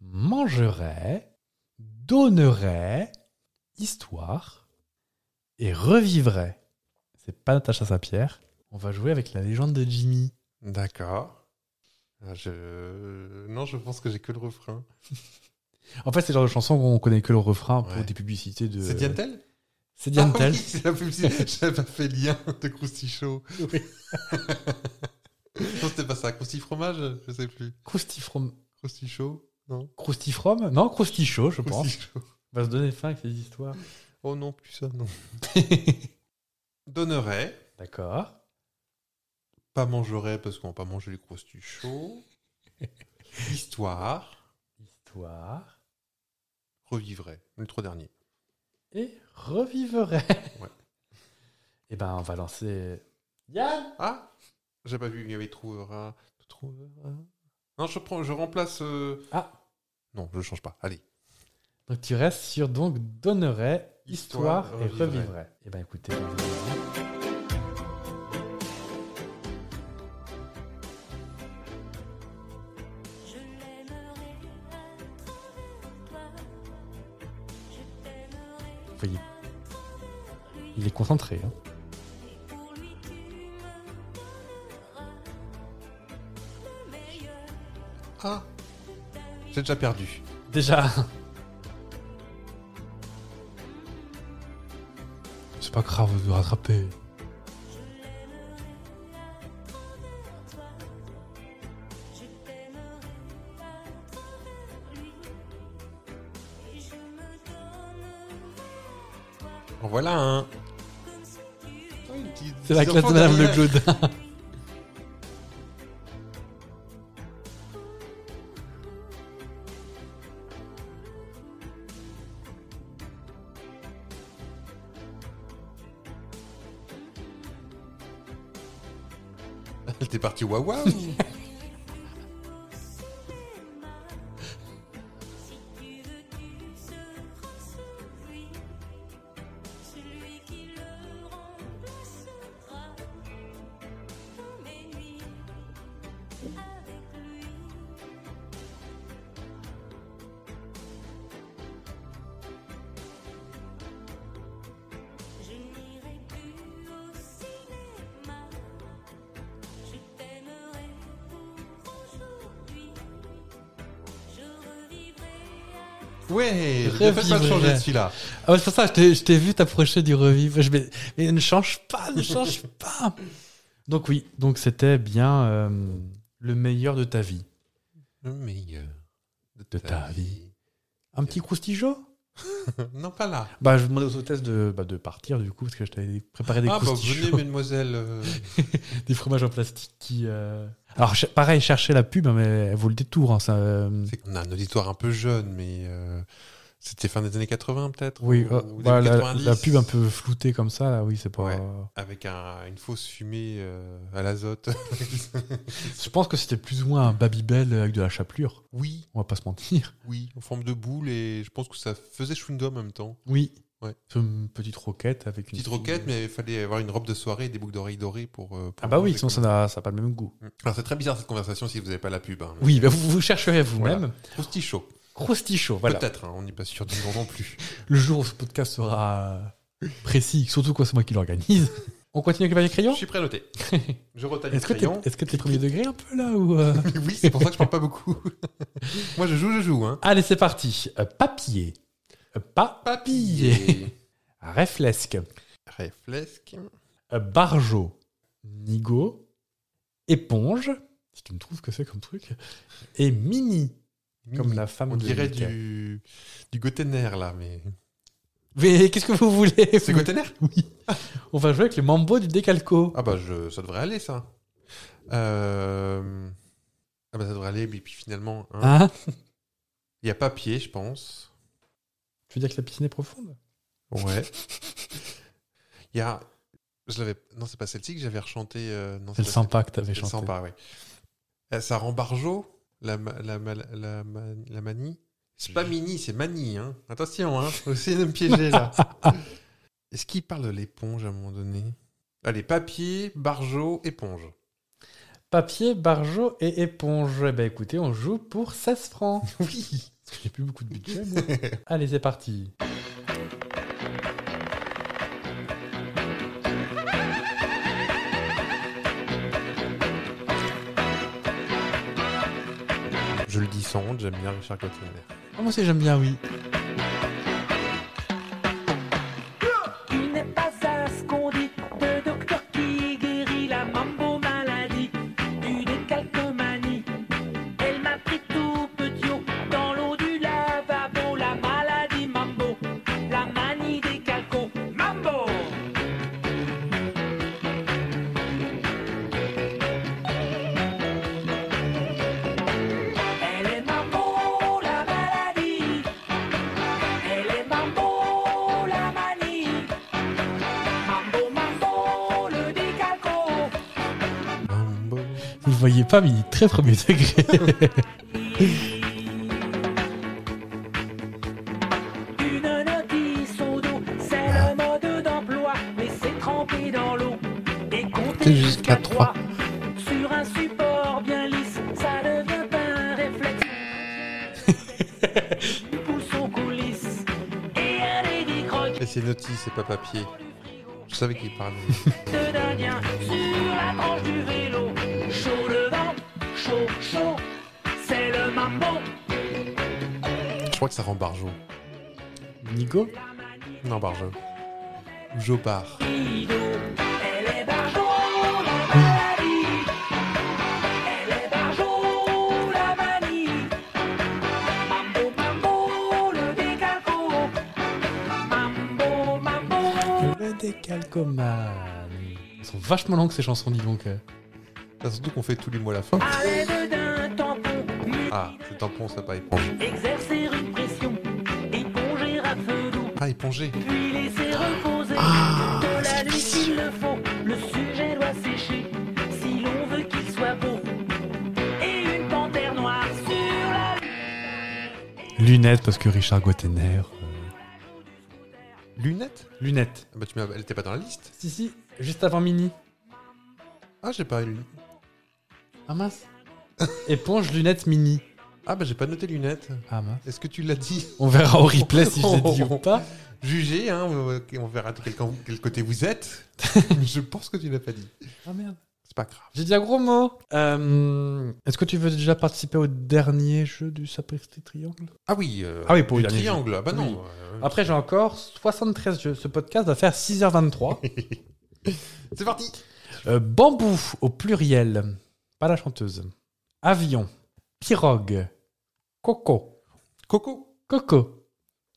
mangerait, donnerait, histoire et revivrait. C'est pas Natacha Saint-Pierre. On va jouer avec la légende de Jimmy.
D'accord. Ah, Je... Non, je pense que j'ai que le refrain.
En fait, c'est le genre de chanson qu'on connaît que le refrain pour
Ouais.
des publicités de.
C'est Diantel
C'est Diantel.
Ah oui, c'est la
[laughs]
publicité. J'avais pas fait le lien de Krusty Show.
Oui.
[laughs] non, c'était pas ça. Krusty Fromage Je sais plus.
Croustifrom.
Krusty Show Non.
Croustifrom Non, Croustichot, je pense.
Krusty Show.
On va se donner fin avec ces histoires.
Oh non, plus ça, [laughs] non. Donnerait.
D'accord.
Pas mangerait parce qu'on va pas manger les Krusty Show. Histoire.
Histoire.
Revivrait. Le trois derniers.
Et revivrait.
Ouais.
Eh ben, on va lancer. Yann
Ah J'ai pas vu, il y avait trouvera. Trouvera. Non, je, prends, je remplace. euh,
Ah
Non, je change pas. Allez.
Donc tu restes sur donc donnerait, histoire,
Histoire,
et
revivrait.
revivrait. Eh ben écoutez.
Je l'aimerai à travers toi. Je t'aimerai
Vous voyez. Il est concentré. hein.
et pour lui tu me donneras le meilleur.
Ah J'ai déjà perdu.
Déjà. C'est pas grave de rattraper.
Je t'aimerai à travers lui et je me donnerai
En voilà un.
comme si tu
C'est la classe de Madame Le Claude.
Elle était partie wawa ou Ouais, ne faites pas de changer de
Revivrai.
celui-là.
Ah ouais, c'est pour ça, je t'ai- je t'ai vu t'approcher du revive. Je vais- mais ne change pas, ne
[laughs]
change pas. Donc oui, donc c'était bien euh, le meilleur de ta vie.
Le meilleur
De ta vie. Un petit croustillo
non, pas là.
Bah, je vais demander aux hôtesses de, bah, de partir du coup, parce que je t'avais préparé des
ah, bah, venez,
croustillots,
mademoiselle. euh,
[laughs] des fromages en plastique qui. euh, Alors, ch- pareil, cherchez la pub, hein, mais elle vaut le détour. hein, ça, euh,
c'est qu'on a un auditoire un peu jeune, mais euh, c'était fin des années 80 peut-être
Oui,
ou-
euh,
ou début
bah, la,
90.
la pub un peu floutée comme ça, là, oui, c'est pas.
Ouais. Avec un- une fausse fumée euh, à l'azote. [laughs]
Je pense que c'était plus ou moins un Babybel avec de la chapelure.
oui,
On va pas se mentir.
oui, en forme de boule, et je pense que ça faisait chewing-gum en même temps.
Oui.
Ouais.
C'est Une petite roquette avec une
Petite roquette, mais il fallait avoir une robe de soirée et des boucles d'oreilles dorées pour. euh, pour
Ah bah oui,
manger
sinon ça
comme-
n'a ça a pas le même goût.
Alors c'est très bizarre cette conversation si vous n'avez pas la pub. Hein,
Oui, bah vous, vous chercherez vous-même.
Roustichot.
Crostichot, voilà.
Peut-être, hein, on n'est pas sûr du nom non plus.
Le jour où ce podcast sera euh, précis, surtout quoi, c'est moi qui
[laughs]
l'organise. On continue avec le papier
Je
crayon
suis prêt
[laughs]
à noter. Je retaille le
Est-ce que t'es
crayon.
est-ce que t'es premier degré un peu là ou euh
oui, c'est pour ça que je parle pas beaucoup. [laughs] Moi, je joue, je joue. Hein.
Allez, c'est parti. Euh, papier. Euh, Pas. Papillet. Reflesque.
Réflesque.
Euh, Barjo, Nigo, Éponge, si tu me trouves ce que c'est comme truc, et Mini, comme la femme
On
de
dirait
Mickey.
du, du Gotener, là, mais.
Mais qu'est-ce que vous voulez
C'est
vous
Gotener
[laughs] Oui. On va jouer avec les mambo du décalco.
Ah, bah, je, ça devrait aller, ça. Euh, Ah, bah, ça devrait aller, mais puis finalement, hein. il
Hein
y a papier, je pense.
Tu veux dire que la piscine est profonde
Ouais. [laughs] Il y a. Je l'avais. Non, c'est pas celle-ci que j'avais rechanté. euh, non,
C'est le
pas
sympa que t'avais
celle- C'est
chanté.
sympa, oui. Euh, Ça rend Barjo, la, ma- la, ma- la, ma- la manie. C'est pas mini, c'est manie. Hein. Attention, hein. vous essayez de me piéger là. Est-ce qu'il parle de l'éponge à un moment donné Allez, papier, Barjo, éponge.
Papier, Barjo et Éponge. Eh ben écoutez, on joue pour 16 francs. [laughs] Oui Parce que j'ai plus beaucoup de budget, [laughs] moi. Allez, c'est parti.
Je le dis sans honte, j'aime bien Richard Gottener.
Ah, moi aussi, j'aime bien, oui.
Il n'est pas à ce qu'on dit de docteur qui guérit la mambo maladie du décalcomanie. Elle m'a pris tout petit haut dans l'eau du lavabo, la maladie mambo, la manie des calcos, mambo. Elle est mambo, la maladie. Elle est mambo, la manie. Mambo, mambo, le décalco.
Mambo.
Vous le voyez pas, mais il est très premier degré. [laughs]
Une notice au dos, c'est le mode d'emploi, mais c'est trempé dans l'eau et compter jusqu'à 3. Sur un support bien lisse, ça devient un réflexe. Une pousse en coulisses et un lady croque
Et c'est Naughty, c'est pas papier.
du frigo.
Je savais qu'il parlait.
de Dindien sur la branche du vélo. Chaud devant, chaud, chaud, c'est le mambo.
Je crois que ça rend Barjo.
Nigo
Non, Barjo. Jopard.
Elle est barjo, la maladie. Elle est barjo, la manie. Mambo, mambo, le décalco. Mambo, mambo.
Le décalcomane. Elles sont vachement longues ces chansons, dis donc. euh.
Ah, Surtout qu'on fait tous les mois la fin.
À l'aide d'un tampon,
Ah, c'est tampon, ça pas éponge.
exercer une pression, éponger à feu doux.
Ah, éponger.
puis laisser
Ah,
reposer de la nuit s'il le faut. Le sujet doit sécher si l'on veut qu'il soit beau. Et une panthère noire sur la
Lunettes, parce que Richard Gottener. euh.
Lunettes
Lunettes.
Ah bah, tu m'as- Elle était pas dans la liste.
Si, si, juste avant Mini.
Ah, j'ai pas eu-
Ah mince. Éponge, lunettes, Mini.
Ah, bah j'ai pas noté lunettes.
Ah mince.
Est-ce que tu l'as dit [laughs]
On verra au replay si je l'ai dit ou pas.
Jugez, hein, on on verra de quel, camp- quel côté vous êtes. [laughs] je pense que tu l'as pas dit.
Ah merde.
C'est pas grave.
J'ai dit un gros mot. Euh, Est-ce que tu veux déjà participer au dernier jeu du Sapristi Triangle
Ah oui. euh,
Ah oui, pour
du
le dernier
triangle. Ah bah non. euh,
Après, j'ai encore 73 jeux. Ce podcast va faire [laughs] 6h23.
C'est parti.
Euh, bambou au pluriel, pas la chanteuse. Avion, pirogue, coco,
Coco.
coco,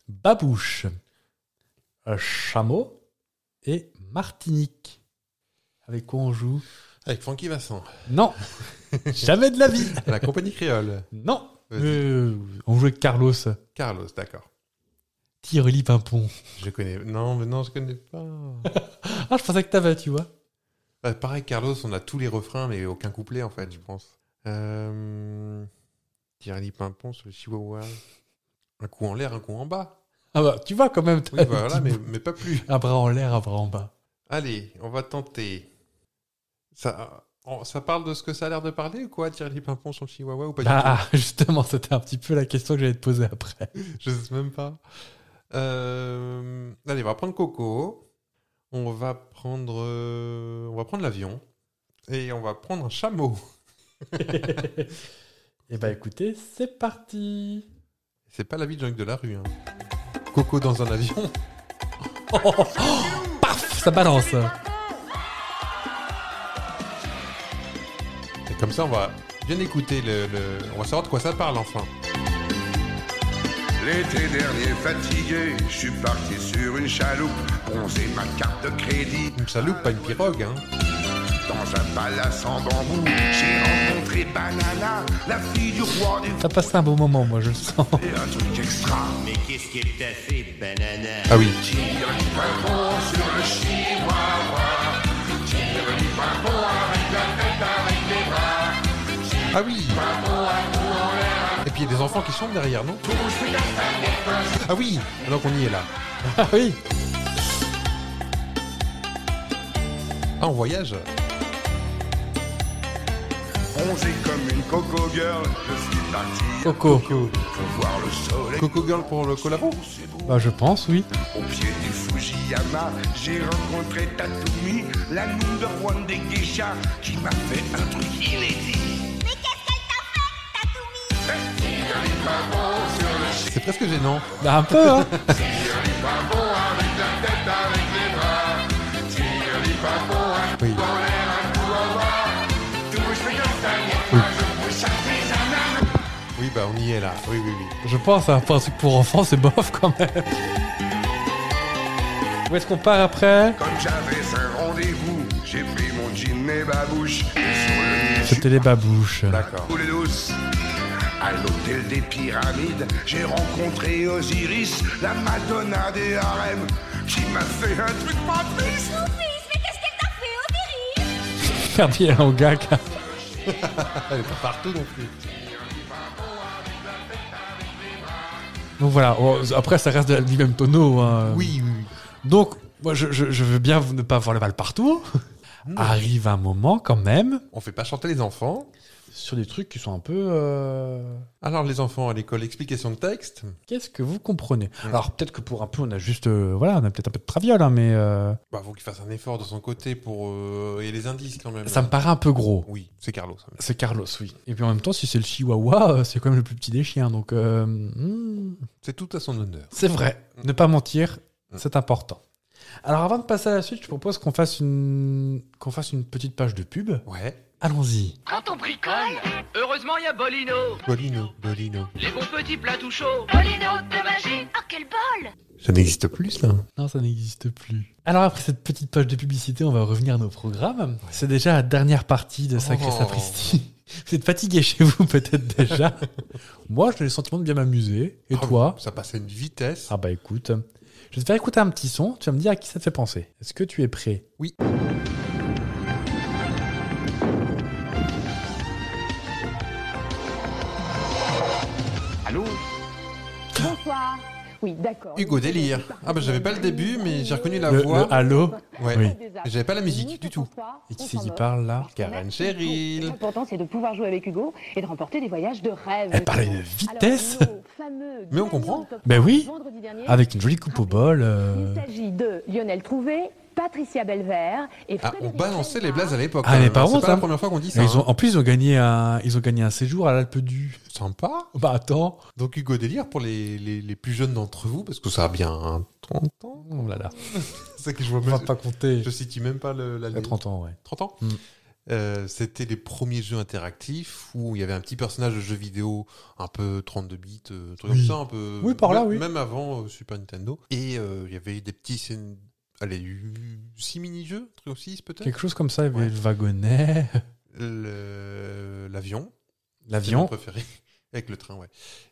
babouche, euh, chameau et martinique. Avec quoi on joue
Avec Francky Vincent. [laughs]
Non, jamais de la vie.
La compagnie
[laughs]
créole.
Non,
Vas-y.
Euh, on jouait avec Carlos.
Carlos, d'accord.
Tireli Pimpon.
Je connais. Non, mais non, je connais pas.
Ah, je pensais que t'avais, tu vois.
Bah, pareil, Carlos, on a tous les refrains, mais aucun couplet, en fait, je pense. Euh... Thierry Pimpon sur le Chihuahua. Un coup en l'air, un coup en bas.
Ah bah, tu vois quand même. t'as
Oui,
un
voilà,
petit
mais,
bout.
mais pas plus.
Un bras en l'air, un bras en bas.
Allez, on va tenter. Ça, on- ça parle de ce que ça a l'air de parler ou quoi, Thierry Pimpon sur le Chihuahua ou pas du
Ah, justement, c'était un petit peu la question que j'allais te poser après.
tout Je sais même pas. Euh, Allez, on va prendre Coco. On va prendre, euh, on va prendre l'avion et on va prendre un chameau.
Eh bah écoutez, c'est parti
C'est pas la vie de Jean-Luc Delarue. Hein. Coco dans un avion. [laughs]
Paf Ça balance
Et comme ça, on va bien écouter le, le- on va savoir de quoi ça parle enfin.
L'été dernier, fatigué, je suis parti sur une chaloupe, bronzer ma carte de crédit.
Une chaloupe, pas une pirogue. Hein.
Dans un palace en bambou, j'ai rencontré Banana, la fille du roi du
T'as passé un bon moment, moi, je le sens.
et un truc extra.
Mais qu'est-ce que t'as fait, banana
Ah oui.
Tire du barbon sur le chihuahua, tire du barbon avec la tête, avec les bras.
Ah oui Et puis il y a des enfants qui chantent derrière, non Ah oui Alors qu'on y est là.
Ah oui
Ah, on voyage
Bronzé comme une coco girl, je suis parti
Coco
pour voir le soleil.
Oh. Coco Girl pour le collabo
Bah je pense, oui.
Au pied du Fujiyama, j'ai rencontré Tatumi, la number one des geishas, qui m'a fait un truc inédit.
Mais qu'est-ce qu'elle t'a fait, Tatoumi
C'est presque gênant.
Bah un peu,
[laughs]
hein
Oui. Oui, bah on y est là. Oui, oui, oui.
Je pense, hein, pour un truc pour enfants, c'est bof quand même. Où est-ce qu'on part après
Comme j'avais un rendez-vous, j'ai pris mon jean et ma bouche, et sur le nid, je
C'était les babouches. [laughs]
D'accord.
Tous les douces. À l'hôtel des pyramides, j'ai rencontré Osiris, la Madonna des harems, qui m'a fait un truc pas triste.
Toupis, mais qu'est-ce qu'elle t'a fait, Osiris
Faire bien en gag.
Elle est pas partout non plus.
Donc voilà, oh, après ça reste de la- du même tonneau. hein.
Oui, oui, oui.
Donc, moi je, je- je veux bien ne pas avoir le mal [laughs] partout. Arrive un moment quand même
On fait pas chanter les enfants.
sur des trucs qui sont un peu... euh,
Alors les enfants à l'école, explication de texte.
Qu'est-ce que vous comprenez Alors peut-être que pour un peu on a juste... euh, voilà, on a peut-être un peu de traviole, hein, mais... euh,
Bah faut qu'il fasse un effort de son côté pour... euh, Il y a les indices quand même.
Ça me paraît un peu gros.
Oui, c'est Carlos.
C'est Carlos, oui. Et puis en même temps, si c'est le chihuahua, euh, c'est quand même le plus petit des chiens. Donc, euh, hmm,
C'est tout à son honneur.
c'est vrai. Ne pas mentir, c'est important. Alors avant de passer à la suite, je propose qu'on fasse une, qu'on fasse une petite page de pub.
Ouais.
Allons-y.
Quand on bricole, heureusement il y a Bolino.
Bolino, Bolino.
Les bons petits plats tout chauds.
Oh, quel bol
Ça n'existe plus, là.
Non, ça n'existe plus. Alors après cette petite page de publicité, on va revenir à nos programmes. C'est déjà la dernière partie de Sacré
Oh.
Sapristi. [laughs] Vous êtes fatigué chez vous peut-être déjà. [laughs] Moi, j'ai le sentiment de bien m'amuser. Et toi
Ça passe à une vitesse.
Ah bah écoute, je vais te faire écouter un petit son, tu vas me dire à qui ça te fait penser. Est-ce que tu es prêt
Oui.
Allô
Bonsoir. Oui, d'accord.
Hugo Délire. Ah bah j'avais pas le début, mais j'ai reconnu la
Le-
voix.
le
[laughs]
allô
Ouais.
Oui.
J'avais pas la musique du tout.
Et qui c'est qui parle là
Karen
Cheryl.
Cheryl.
L'important, c'est de pouvoir jouer avec Hugo et de remporter des voyages de rêve.
Elle parle à une vitesse.
Alors, nos fameux
Mais on comprend.
gagnants de top
Ben oui,
vendredi dernier,
avec une jolie coupe au bol. euh.
Il s'agit de Lionel Trouvé, Patricia Belvert et
Ah, on balançait les blazes à l'époque.
Ah,
quand
mais
même,
pas
hein. C'est
honte,
pas la
hein.
première fois qu'on dit
Et
ça.
Ils
hein.
ont, en plus, ils ont gagné un, ils ont gagné un séjour à l'Alpe du.
Sympa.
Bah attends.
Donc Hugo Délire pour les, les, les plus jeunes d'entre vous, parce que ça a bien un 30 ans.
Oh là là.
[laughs] C'est ça que je vois
On va pas compter.
Je situe même pas le, la
Il y a 30 ans, ouais.
30 ans
Mm.
Euh, C'était les premiers jeux interactifs où il y avait un petit personnage de jeu vidéo un peu 32 bits, euh, un truc
Oui.
comme ça, un peu.
Oui, par là,
même-
oui.
Même avant euh, Super Nintendo. Et euh, il y avait des petits. scén- Allez, 6 mini-jeux, 3 ou 6 peut-être
Quelque chose comme ça. Il y avait
Ouais.
le wagonnet, [laughs]
Le- L'avion.
L'avion.
C'est mon préféré. [laughs] Avec le train, ouais.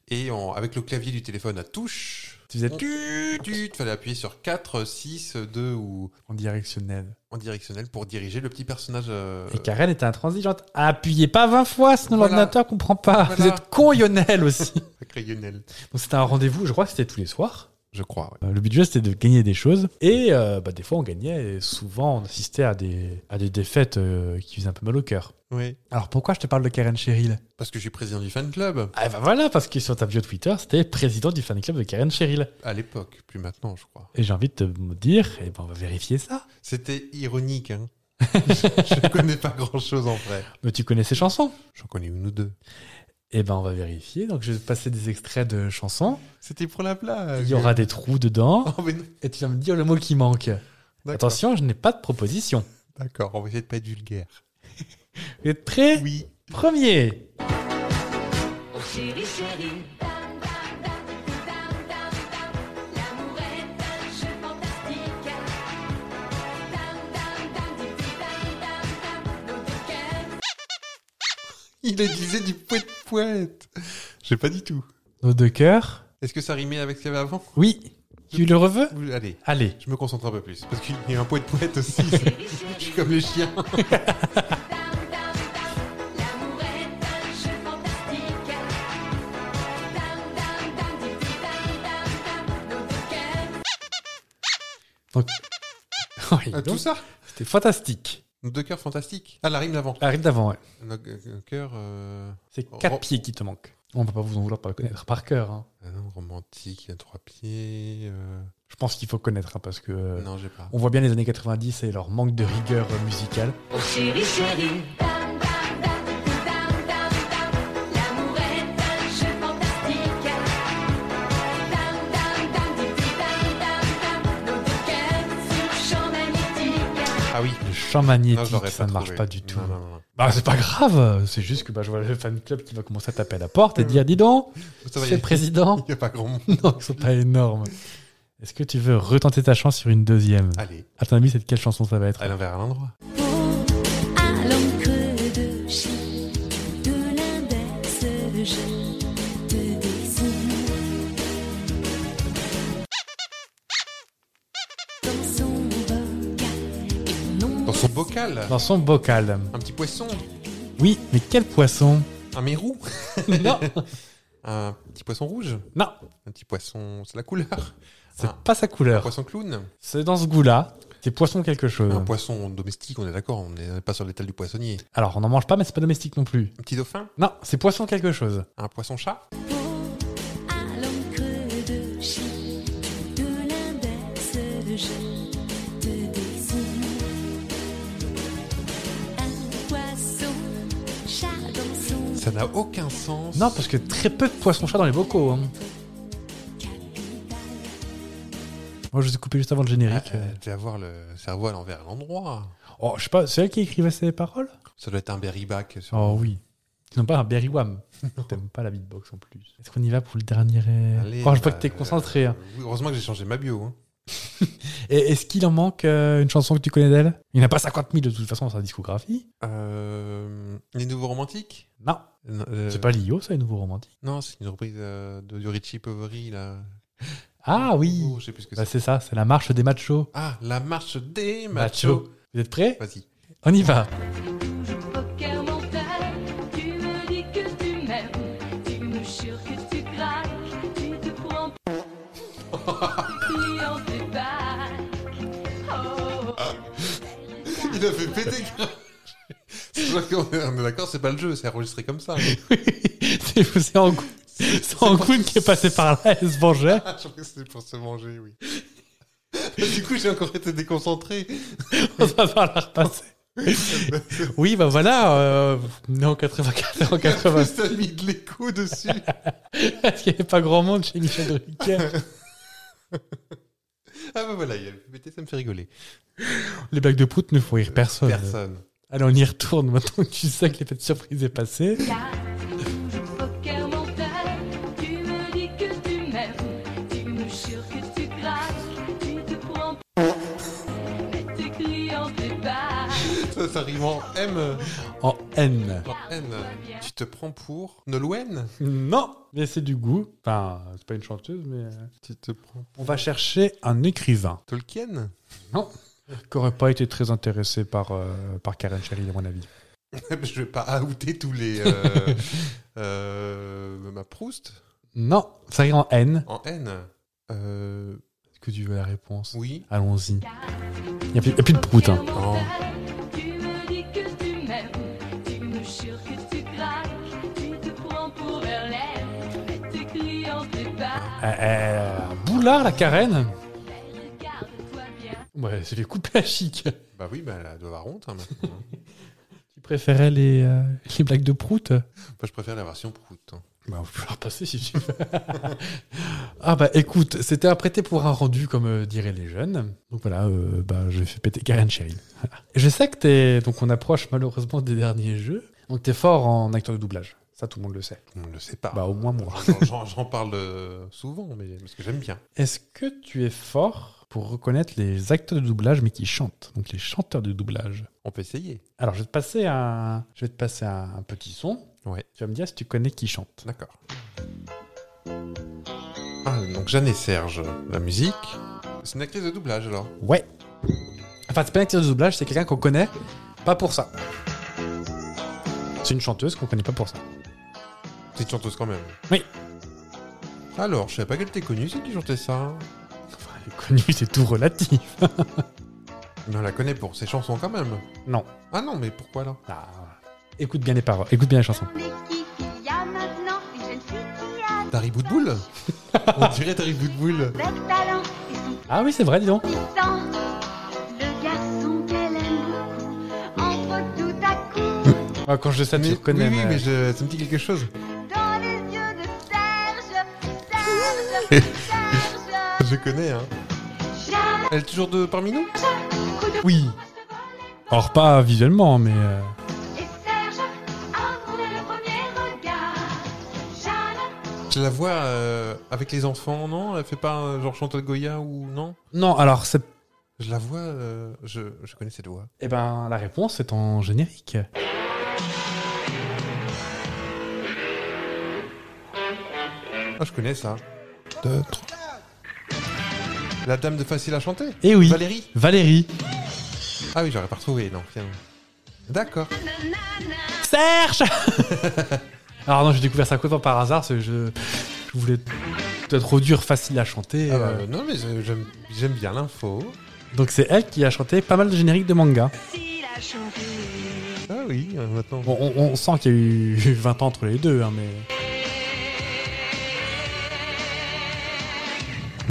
Et en- avec le clavier du téléphone à touche.
Tu faisais
on- tu, tu, fallait appuyer sur 4, 6, 2 ou
en directionnel.
en directionnel pour diriger le petit personnage. euh,
Et Karen était intransigeante. Appuyez pas 20 fois, sinon
Voilà.
l'ordinateur comprend pas.
Voilà.
Vous êtes con, Lionel aussi. [laughs]
sacré Lionel.
Donc c'était un rendez-vous, je crois que c'était tous les soirs.
Je crois, ouais.
Euh, Le but du jeu, c'était de gagner des choses. Et euh, bah, des fois, on gagnait. Et souvent, on assistait à des, à des défaites euh, qui faisaient un peu mal au cœur.
Oui.
Alors pourquoi je te parle de Karen Cheryl
Parce que je suis président du fan club
Ah bah voilà, parce que sur ta bio Twitter, c'était président du fan club de Karen Cheryl.
à l'époque, plus maintenant, je crois.
Et j'ai envie de te dire, et ben on va vérifier ça.
C'était
[laughs]
ironique, hein. je ne connais pas grand chose en vrai.
Mais tu connais ses chansons
J'en connais une ou deux.
Et ben on va vérifier. Donc je vais te passer des extraits de chansons.
C'était pour la blague.
Il y aura des trous dedans.
[laughs] Oh, mais non.
Et tu vas me dire le mot qui manque.
D'accord.
Attention, je n'ai pas de proposition.
D'accord, on va essayer de pas être vulgaire.
Vous êtes prêts
Oui.
Premier.
Chérie, chérie.
L'amour est un jeu fantastique. Dam, dam, dam, di, di, dam, dam, dam. Nos deux cœurs
Il a disait du poète poète. J'ai pas du tout.
Nos deux cœurs.
Est-ce que ça rimait avec ce qu'il y avait avant
Oui. Tu le reveux
Ou- Allez,
Allez. [laughs]
je me concentre un peu plus. Parce qu'il y a un poète poète aussi. je suis comme le chien.
L'amour est un jeu fantastique. Dam, dam, dam, di, di, dam, dam, dam. Nos deux cœurs
Donc... Oui,
Ah, tout
donc,
ça
C'était fantastique.
Nos Deux cœurs fantastiques. Ah, la rime d'avant.
La rime d'avant, ouais.
Nos nos cœurs. euh,
C'est
ro-
quatre pieds qui te manquent. On va pas vous en vouloir pas le connaître par cœur. hein.
Ah non, romantique, il y a trois pieds. euh,
Je pense qu'il faut connaître hein, parce que euh,
Non, j'ai pas.
on voit bien les années 90 et leur manque de rigueur euh, musicale.
Chérie, chérie.
Dam, dam, dam, di, di, dam, dam, dam. L'amour est un jeu fantastique. Dam, dam, dam, di, di, dam, dam, dam. Nos deux cœurs sur champ magnétique.
Ah oui.
Le chant magnétique,
Non, je l'aurais
ça ne marche
trouvé.
pas du tout.
Non, non, non, non.
Bah c'est pas grave, c'est juste que bah, je vois le fan club qui va commencer à taper à la porte et dire dis donc,
[laughs] Ça va,
c'est
il y a-
le président.
Il n'y a pas grand monde.
non, ils sont pas énormes. Est-ce que tu veux retenter ta chance sur une deuxième
Allez,
À ton avis, c'est de quelle chanson ça va être
à l'envers, à l'endroit.
Allons creux de chien, de l'index, je te désire. Dans son bocal, et non
Dans son bocal.
Dans son bocal.
Un petit poisson.
Oui, mais quel
[laughs]
poisson
Un mérou.
Non,
Un petit poisson rouge.
non,
Un petit poisson. C'est la couleur.
c'est Euh.
Un-
pas sa
Un
couleur.
Ah. poisson clown.
C'est dans ce goût-là. C'est poisson quelque chose.
Un poisson domestique, on est d'accord. On n'est pas sur l'étal du poissonnier.
Alors, on n'en mange pas, mais c'est pas domestique non plus.
Un petit dauphin.
Non, c'est poisson quelque chose.
Un poisson chat.
allons creux de chien, de l'index, je te désire. Un poisson, chat dans son
Ça n'a aucun sens.
Non, parce que très peu de poissons-chats dans les bocaux. hein. Moi, je vous ai coupé juste avant le
Ah,
générique.
euh, Tu vas voir le cerveau à l'envers, à l'endroit.
Oh, je sais pas, c'est elle qui écrivait ces paroles
Ça doit être un berry back. sur-
Oh oui. Ils n'ont pas un Berry [laughs] Wham. T'aimes pas la beatbox en plus. Est-ce qu'on y va pour le dernier euh,
Allez,
Oh, je vois
bah,
que t'es concentré. hein.
euh, oui, heureusement que j'ai changé ma bio. hein.
Et est-ce qu'il en manque euh, une chanson que tu connais d'elle Il n'y en a pas 50 000 de toute façon dans sa discographie.
Euh, les nouveaux romantiques
Non.
Non, euh,
C'est pas Lio, ça, les nouveaux romantiques.
Non, c'est une reprise euh, de, du Richie Poveri, là.
Ah oui
Oh, je sais plus ce que
Bah,
c'est.
C'est ça, c'est la marche des machos.
Ah, la marche des machos.
Machos. Vous êtes prêts
Vas-y. [laughs]
On y va. [laughs]
Poker mental, tu me dis que tu m'aimes, tu me jures que tu craques. Puis on débarque. Oh,
Il a fait péter [laughs] C'est vrai qu'on est- On est d'accord, c'est pas le jeu, c'est enregistré
[laughs]
comme ça.
C'est c'est Angoun c'est Angoun qui est passé par là et se vengeait.
Ah, je crois que c'était pour se manger, oui. [laughs] du coup, j'ai encore été déconcentré. Ah
On va pas la
[laughs]
repasser. Oui, bah voilà, euh, on est en 84 et en 80.
Plus t'as mis de l'écho dessus.
[laughs] Parce qu'il n'y avait pas grand monde chez Michel Drucker.
Ah bah voilà, il y a le PPT, ça me fait rigoler.
[laughs] Les blagues de prout ne font rire personne.
Personne.
Allez, on y retourne maintenant que tu sais que l'effet de surprise est passé.
là, toujours au cœur mental. Tu me dis que tu m'aimes. Tu me jures que tu craques. Tu te prends. Mais tes clients débarquent.
Ça, ça rime en M.
En N.
En N. Tu te prends pour Nolwenn
Non, mais c'est du goût. Enfin, c'est pas une chanteuse, mais. euh,
Tu te prends
On va chercher un écrivain.
Tolkien
Non. Qui aurait pas été très intéressé par, euh, par Karen Sherry, à mon avis.
[laughs] Je vais pas outer tous les...
[laughs]
euh, euh, ma Proust
Non, ça rire en N.
En N. Euh,
Est-ce que tu veux la réponse
oui.
Allons-y. Il n'y a, plus- y a plus de prout. hein.
Oh.
Tu me dis que tu m'aimes. Tu me jures que tu craques. Tu te prends pour Verlaine. Mais tes clients débarquent.
Euh, euh, Boulard, la Karen
Regarde-toi bien.
Ouais, c'est les coupes la chic.
Bah oui, bah, elle doit avoir honte
[laughs]
hein, maintenant. hein.
Tu préférais les, euh, les blagues de prout
Moi, je préfère la version Prout. hein.
Bah, on peut la repasser si tu veux. [laughs] ah bah écoute, c'était apprêté pour un rendu, comme euh, diraient les jeunes. Donc voilà, euh, bah, j'ai fait péter Karen Cheryl. [laughs] je sais que t'es... Donc on approche malheureusement des derniers jeux. Donc t'es fort en acteur de doublage. Ça, tout le monde le sait.
On ne le sait pas.
Bah au moins moi.
J'en- J'en j'en parle euh, souvent, mais parce que j'aime bien.
Est-ce que tu es fort pour reconnaître les acteurs de doublage mais qui chantent Donc les chanteurs de doublage.
On peut essayer.
Alors je vais te passer un, je vais te passer un, un petit son.
Ouais.
Tu vas me dire si tu connais qui chante.
D'accord. Ah, donc Jeanne et Serge, la musique. C'est une actrice de doublage alors.
Ouais. Enfin c'est pas une actrice de doublage, c'est quelqu'un qu'on connaît pas pour ça. C'est une chanteuse qu'on connaît pas pour ça.
C'est une chanteuse quand même.
Oui.
Alors, je savais pas qu'elle était connue, c'est qui chantait ça.
Enfin, elle est connue, c'est tout relatif.
Mais on la connaît pour ses chansons quand même.
Non.
Ah non, mais pourquoi là
Ah, écoute bien les paroles, écoute bien les chansons.
Mais qui il y a maintenant une jeune fille qui a
Dari Boudboul On dirait Dari Boudboul.
avec talent et son
Ah oui c'est vrai, dis donc.
petit sang. Le garçon qu'elle aime beaucoup entre tout à coup
Ah, quand je sais, tu
Mais-
reconnais.
oui, oui,
mais-
mais je- ça me dit quelque chose.
dans les yeux de Serge. Serge, Serge,
Je connais, hein.
jamais
Elle est toujours de parmi nous
coup de
Oui. Alors pas visuellement, mais euh,
Et Serge a tourné le premier regard. Jeanne,
Je la vois euh, avec les enfants, non Elle fait pas euh, genre Chantal Goya ou non
non. Alors c'est,
Je la vois, euh, je, je connais cette voix.
eh ben la réponse est en générique.
Ah, je connais ça. Deux, trois. La dame de Facile à chanter
Eh oui.
Valérie
Valérie.
Ah oui, j'aurais pas retrouvé, non, finalement. D'accord.
nanana,
Serge [laughs] Alors non, j'ai découvert ça complètement par hasard, parce que je, je voulais être trop dur, facile à chanter.
Ah bah,
euh,
non, mais euh, j'aime j'aime bien l'info.
donc c'est elle qui a chanté pas mal de génériques de manga.
s'il a chanté.
Ah oui, euh, maintenant.
Bon, on, on sent qu'il y a eu [laughs] 20 ans entre les deux, hein, mais...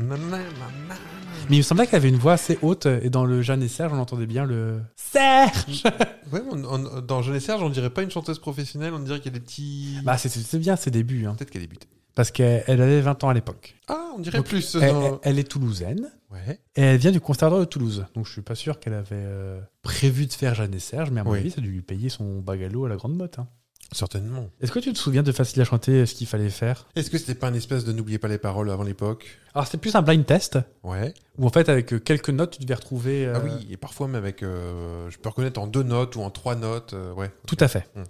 Maman, maman.
Mais il me semblait qu'elle avait une voix assez haute, euh, et dans le Jeanne et Serge, on entendait bien le... Serge
Ouais, on- on- dans Jeune et Serge, on dirait pas une chanteuse professionnelle, on dirait qu'il y a des petits.
Bah c'est- c'est c'est bien ses débuts, hein,
Peut-être qu'elle débute.
parce qu'elle elle avait 20 ans à l'époque.
Ah, on dirait
Donc,
plus. euh,
Elle, elle-
dans-
elle est toulousaine,
eh, Ouais.
et elle vient du conservatoire de Toulouse. Donc je suis pas sûr qu'elle avait euh, prévu de faire Jeanne et Serge, mais à mon
Oui.
avis, ça a dû lui payer son bagalo à la grande motte. hein.
Certainement.
Est-ce que tu te souviens de Facile à chanter euh, ce qu'il fallait faire
Est-ce que c'était pas un espèce de n'oubliez pas les paroles avant l'époque
Alors c'était plus un blind test
Ouais.
où en fait avec euh, quelques notes tu devais retrouver. euh,
Ah oui, et parfois même avec. euh, je peux reconnaître en deux notes ou en trois notes. euh, ouais.
Tout à fait.
Mm.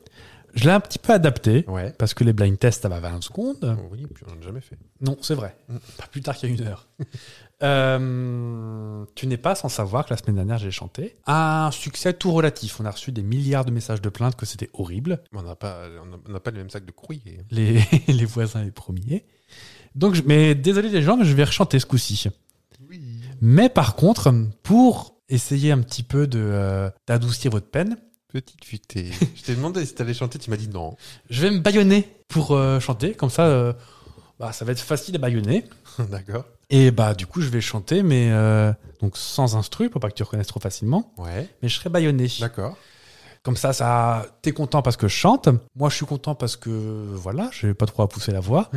Je l'ai un petit peu adapté,
Ouais.
parce que les blind tests, ça va 20 secondes.
Ah Oui, puis on l'a jamais fait.
Non, c'est vrai. Pas plus tard qu'il y a une heure. [laughs] Euh, tu n'es pas sans savoir que la semaine dernière, j'ai chanté. Un succès tout relatif. On a reçu des milliards de messages de plaintes que c'était horrible.
Mais On n'a pas, on n'a- on n'a pas le même sac de couilles.
Les, [laughs] les voisins les premiers. Donc, je- mais désolé les gens, mais je vais rechanter ce coup-ci. Mais par contre, pour essayer un petit peu de, euh, d'adoucir votre peine,
Petite [laughs] futée. je t'ai demandé si t'allais chanter, tu m'as dit non.
je vais me baïonner pour euh, chanter. Comme ça, euh, bah, ça va être facile à baïonner.
[laughs] D'accord.
Et bah du coup je vais chanter mais euh, donc sans instru pour pas que tu reconnaisses trop facilement.
Ouais.
Mais je serai baïonné.
[laughs] D'accord.
Comme ça ça t'es content parce que je chante. Moi je suis content parce que voilà j'ai pas trop à pousser la voix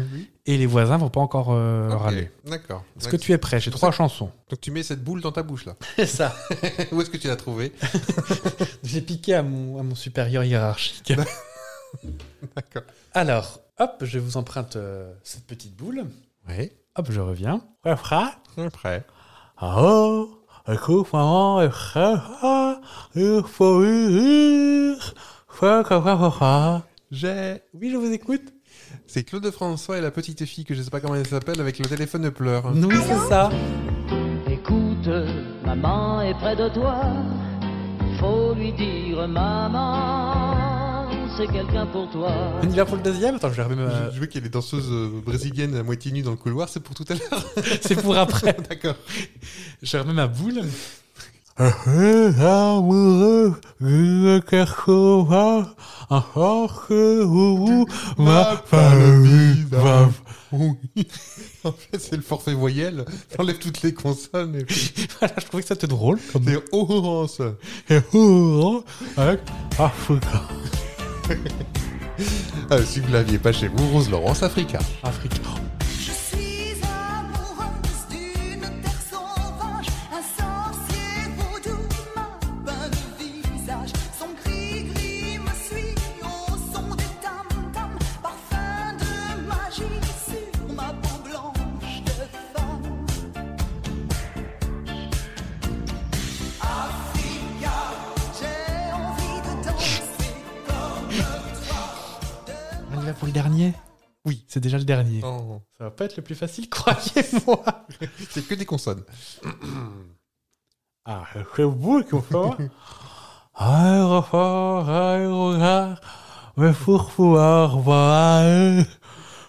et les voisins vont pas encore euh,
Ok,
râler.
D'accord.
Est-ce que tu es prêt J'ai trois chansons.
Donc tu mets cette boule dans ta bouche là.
C'est ça.
[laughs] Où est-ce que tu l'as trouvée
J'ai piqué à mon, à mon supérieur [laughs] hiérarchique.
D'accord.
Alors hop je vous emprunte euh, cette petite boule.
Ouais.
Hop je reviens. Refrain.
Après.
Ah oh, écoute, maman, et frère, ah, il faut rire. Frère, frère, frère, frère, frère.
J'ai.
Oui, je vous écoute.
C'est Claude François et la petite fille que je sais pas comment elle s'appelle avec le téléphone pleure.
Oui, c'est ça.
Écoute, maman est près de toi. Faut lui dire, maman, c'est quelqu'un pour toi.
On y va pour le deuxième Attends, je vais remettre ma-
Je, je vois qu'il y a des danseuses euh, brésiliennes à moitié nues dans le couloir, c'est pour tout à l'heure.
[laughs]
[laughs]
C'est pour après.
D'accord.
Je remets ma boule. Ah,
Ah, [laughs] En fait, c'est le forfait voyelle. T'enlèves toutes les consonnes et puis
Voilà, je trouvais que ça était drôle. Comme...
c'est orange.
Avec Africa.
Ah, si vous l'aviez pas chez vous, Rose Laurence Africa.
Africa.
Je suis amoureuse d'une terre sauvage, un sorcier vaudou m'a peint le visage. Son gris-gris me suit au son des tam-tams, parfum de magie sur ma peau blanche de femme. Africa, j'ai envie de danser comme toi.
On y va pour le dernier Oui, c'est déjà le dernier.
Oh.
Ça va pas être le plus facile, croyez-moi.
C'est que des consonnes.
Ah, c'est beau comme ça. Aéroport, aérogare, mais pour pouvoir voir, euh,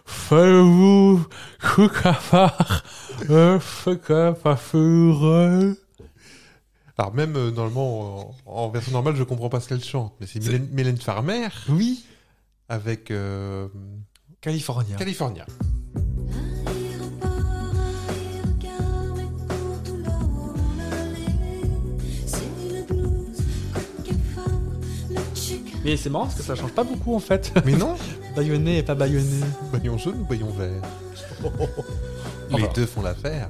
faites-vous coup à part, euh, fait que pas sûr, euh.
Alors même euh, normalement, en, en version normale, je comprends pas ce qu'elle chante. Mais c'est Mylène, Mylène Farmer
Oui,
avec euh,
California.
California.
Aéroport, aérocard, mais quand tout là où on allait, c'est le blues, comme cafard, le chic.
Mais c'est marrant parce que ça change pas beaucoup en fait.
[laughs] Mais non
Baïonné et pas baïonné.
Baillon jaune ou baillon [laughs] vert Les
Enfin.
deux font l'affaire.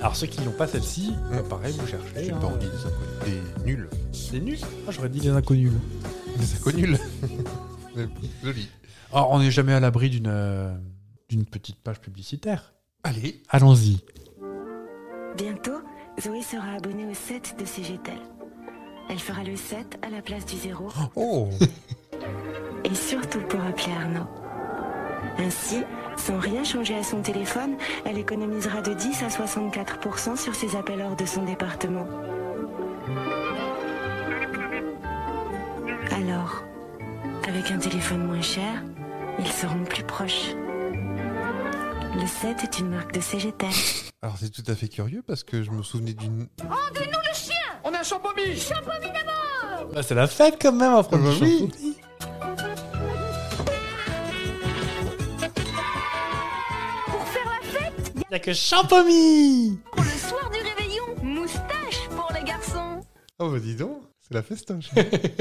Alors ceux qui n'ont pas celle-ci,
Mm.
pareil, vous cherchez.
J'ai
hein.
pas envie des inconnus. Des nuls.
C'est nul. Ah, J'aurais dit les inconnus. là.
Des inconnus. [laughs] Joli.
Alors on n'est jamais à l'abri d'une euh, d'une petite page publicitaire.
Allez,
Allons-y.
Bientôt, Zoé sera abonnée au 7 de CGTEL. Elle fera le 7 à la place du 0
[laughs] oh
et surtout pour appeler Arnaud. Ainsi, sans rien changer à son téléphone, elle économisera de 10 à 64% sur ses appels hors de son département. Alors, avec un téléphone moins cher, ils seront plus proches. Le 7 est une marque de CGTEL.
Alors c'est tout à fait curieux parce que je me souvenais d'une...
On a un champomis
Bah, c'est la fête quand même, en
bah oui.
Il n'y a que Champomy
Pour le soir du réveillon, moustache pour les garçons.
Oh bah dis donc, c'est la festoche.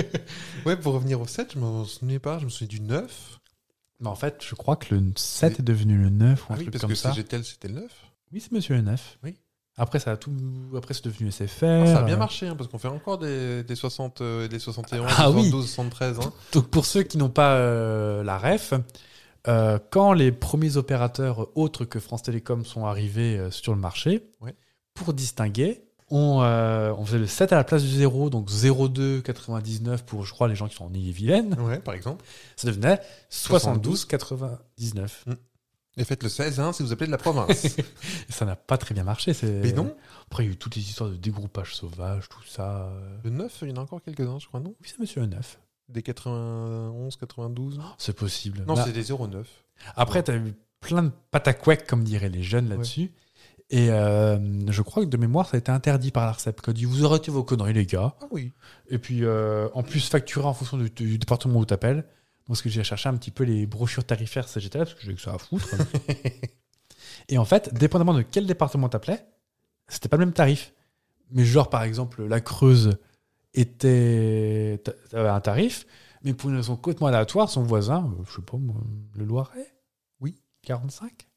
[laughs] ouais, pour revenir au 7, je m'en souvenais pas, je me souvenais du 9.
Mais en fait, je crois que le 7 est devenu le 9 ou
Ah
un
oui,
truc
parce
comme
que
ça.
CGTL c'était le 9.
Oui, c'est monsieur le 9.
Oui.
Après, ça a tout... Après c'est devenu SFR.
Ah, ça a bien
euh,
marché, hein, parce qu'on fait encore des, des 60, euh, et des 71,
Ah oui.
72, 73.
[laughs]
Hein.
Donc pour ceux qui n'ont pas euh, la ref, euh, quand les premiers opérateurs autres que France Télécom sont arrivés euh, sur le marché,
Ouais.
pour distinguer, On, euh, on faisait le 7 à la place du 0, donc 02,99 pour, je crois, les gens qui sont en Ille-et-Vilaine.
Ouais, par exemple.
Ça devenait 72,99.
Et faites le 16 hein, si vous appelez de la province.
[laughs] ça n'a pas très bien marché. c'est-
Mais non.
Après, il y a eu toutes les histoires de dégroupage sauvage, tout ça. euh.
Le 9, il y en a encore quelques-uns, je crois, non
Oui, c'est monsieur le 9.
Des 91, 92
C'est possible.
Non,
Oh, Là-
c'est des 09.
Après, tu as eu plein de patacouèques, comme diraient les jeunes là-dessus. Et euh, je crois que de mémoire, ça a été interdit par l'ARCEP. qui a dit vous arrêtez vos conneries, les gars.
Ah oui.
Et puis, euh, en plus, facturé en fonction du, du département où tu appelles. Parce que j'ai cherché un petit peu les brochures tarifaires CGTL, parce que j'ai que ça à foutre. et en fait, dépendamment de quel département t'appelais, c'était pas le même tarif. Mais genre, par exemple, la Creuse était t'a- t'avais un tarif, mais pour une raison complètement aléatoire, son voisin, euh, je sais pas, moi, le Loiret,
oui,
45,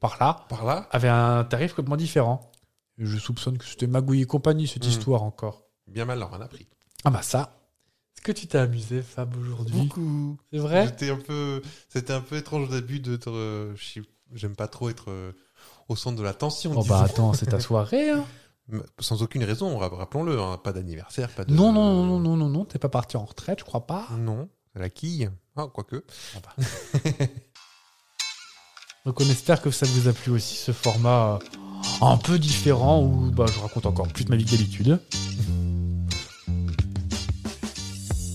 par là,
Par là
avait un tarif complètement différent. Et Je soupçonne que c'était Magouille et compagnie, cette
Mhm.
histoire encore.
Bien mal, leur en a pris.
Ah bah ça, est-ce que tu t'es amusé, Fab, aujourd'hui
Beaucoup.
C'est vrai
J'étais un peu, c'était un peu étrange d'abus d'être. euh, je suis- J'aime pas trop être euh, au centre de l'attention.
Oh
disons.
bah attends, c'est ta soirée. [laughs] hein.
Mais Sans aucune raison, ra- rappelons-le. hein, pas d'anniversaire, pas de.
non, non, non, non, non, non, non, t'es pas parti en retraite, je crois pas.
Non, la quille. Ah, quoique.
Donc on espère que ça vous a plu aussi, ce format euh, un peu différent où bah, je raconte encore plus de ma vie que d'habitude.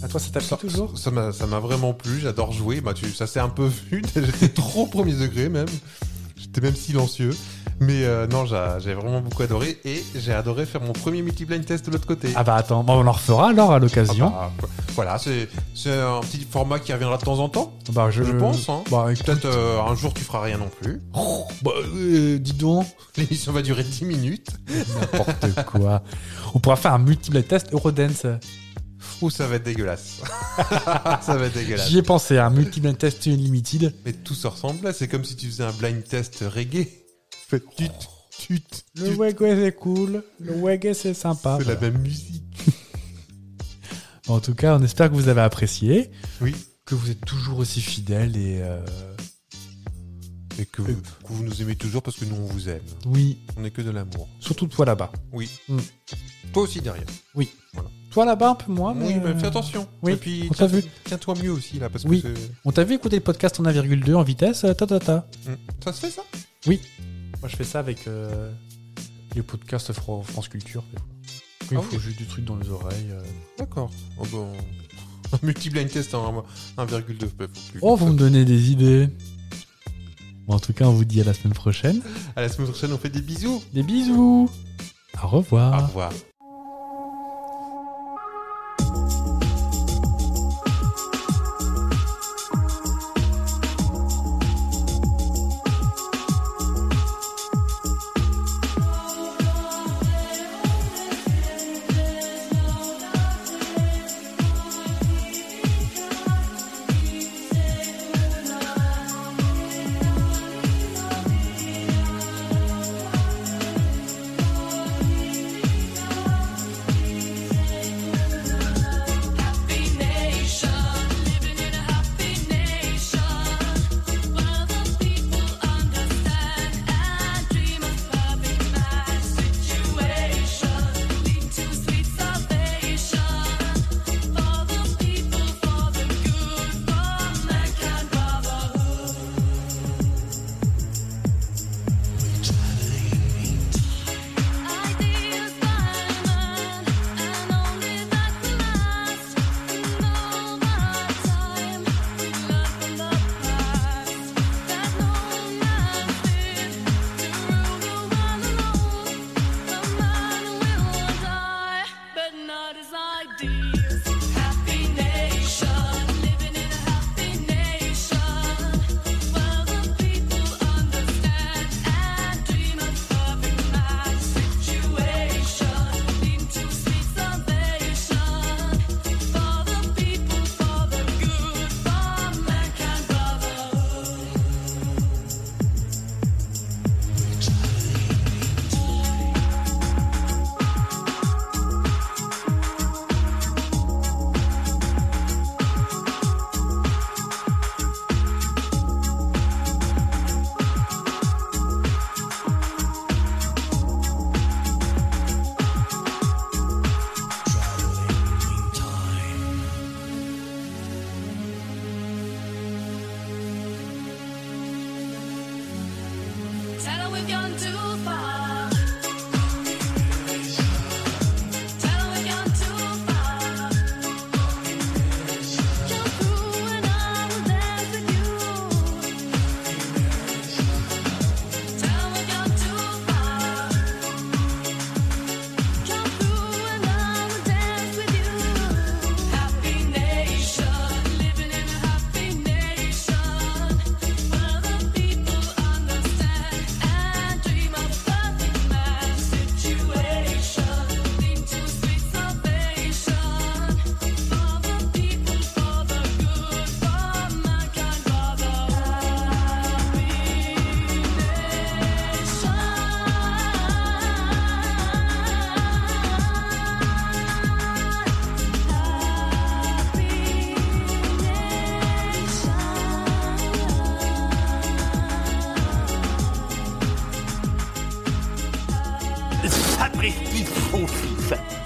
À toi, ça t'a plu toujours
Ça m'a ça m'a vraiment plu, j'adore jouer. Bah, tu, ça s'est un peu vu, [laughs] j'étais trop premier degré même. J'étais même silencieux. Mais euh, non, j'a- j'ai vraiment beaucoup adoré et j'ai adoré faire mon premier multi-blind test de l'autre côté.
Ah bah attends, bon, on en refera alors à l'occasion.
Ah bah, voilà, c'est c'est un petit format qui reviendra de temps en temps.
Bah, je...
Je pense, hein.
Bah, écoute,
Peut-être euh, un jour tu feras rien non plus.
oh, bah, euh, dis donc,
L'émission va durer 10 minutes.
n'importe quoi. on pourra faire un multiple test Eurodance.
Ou ça va être dégueulasse. [laughs] ça va être dégueulasse.
J'y ai pensé, un multiple test Unlimited.
Mais tout se ressemble là, c'est comme si tu faisais un blind test reggae. Fait tut, tut,
Le
tut.
Wegway c'est cool, le Wegway c'est sympa.
C'est la
Voilà.
même musique.
En tout cas, on espère que vous avez apprécié,
Oui.
que vous êtes toujours aussi fidèles et... euh,
Et que, vous- que vous nous aimez toujours parce que nous on vous aime.
Oui,
On n'est que de l'amour.
surtout toi là-bas.
Oui.
Mm.
Toi aussi derrière.
Oui.
Voilà.
Toi là-bas un peu moins, mais...
oui, mais
euh,
fais attention.
oui,
Et puis
on t'a
tiens-
vu.
tiens-toi mieux aussi là parce
Oui.
que c'est-
euh, On t'a vu écouter le podcast en 1,2 en vitesse, euh, ta ta ta.
Mm. ça se fait ça
Moi je fais ça avec euh, les podcasts Fran- France Culture. des fois.
Ah
Il
oui.
faut juste du truc dans les oreilles. euh.
D'accord. Oh, bon. [laughs] Un multi-blind test en 1,2. bah, faut plus-
Oh, vous
[laughs]
me donnez des idées. Bon, en tout cas, on vous dit à la semaine prochaine.
À la semaine prochaine, on fait des bisous.
Des bisous. Au revoir.
Au revoir.
Thank Tell her we've gone too far. Tell her we've gone too far. You're through and I will dance with you. Tell her we've gone too far. You're through and I will dance with you. Happy nation, living in a happy nation. Where the people understand and dream of perfect man. Situation leading to sweet salvation. For the people, for the good, for mankind, for the happy nation.
Sapristi, son fils.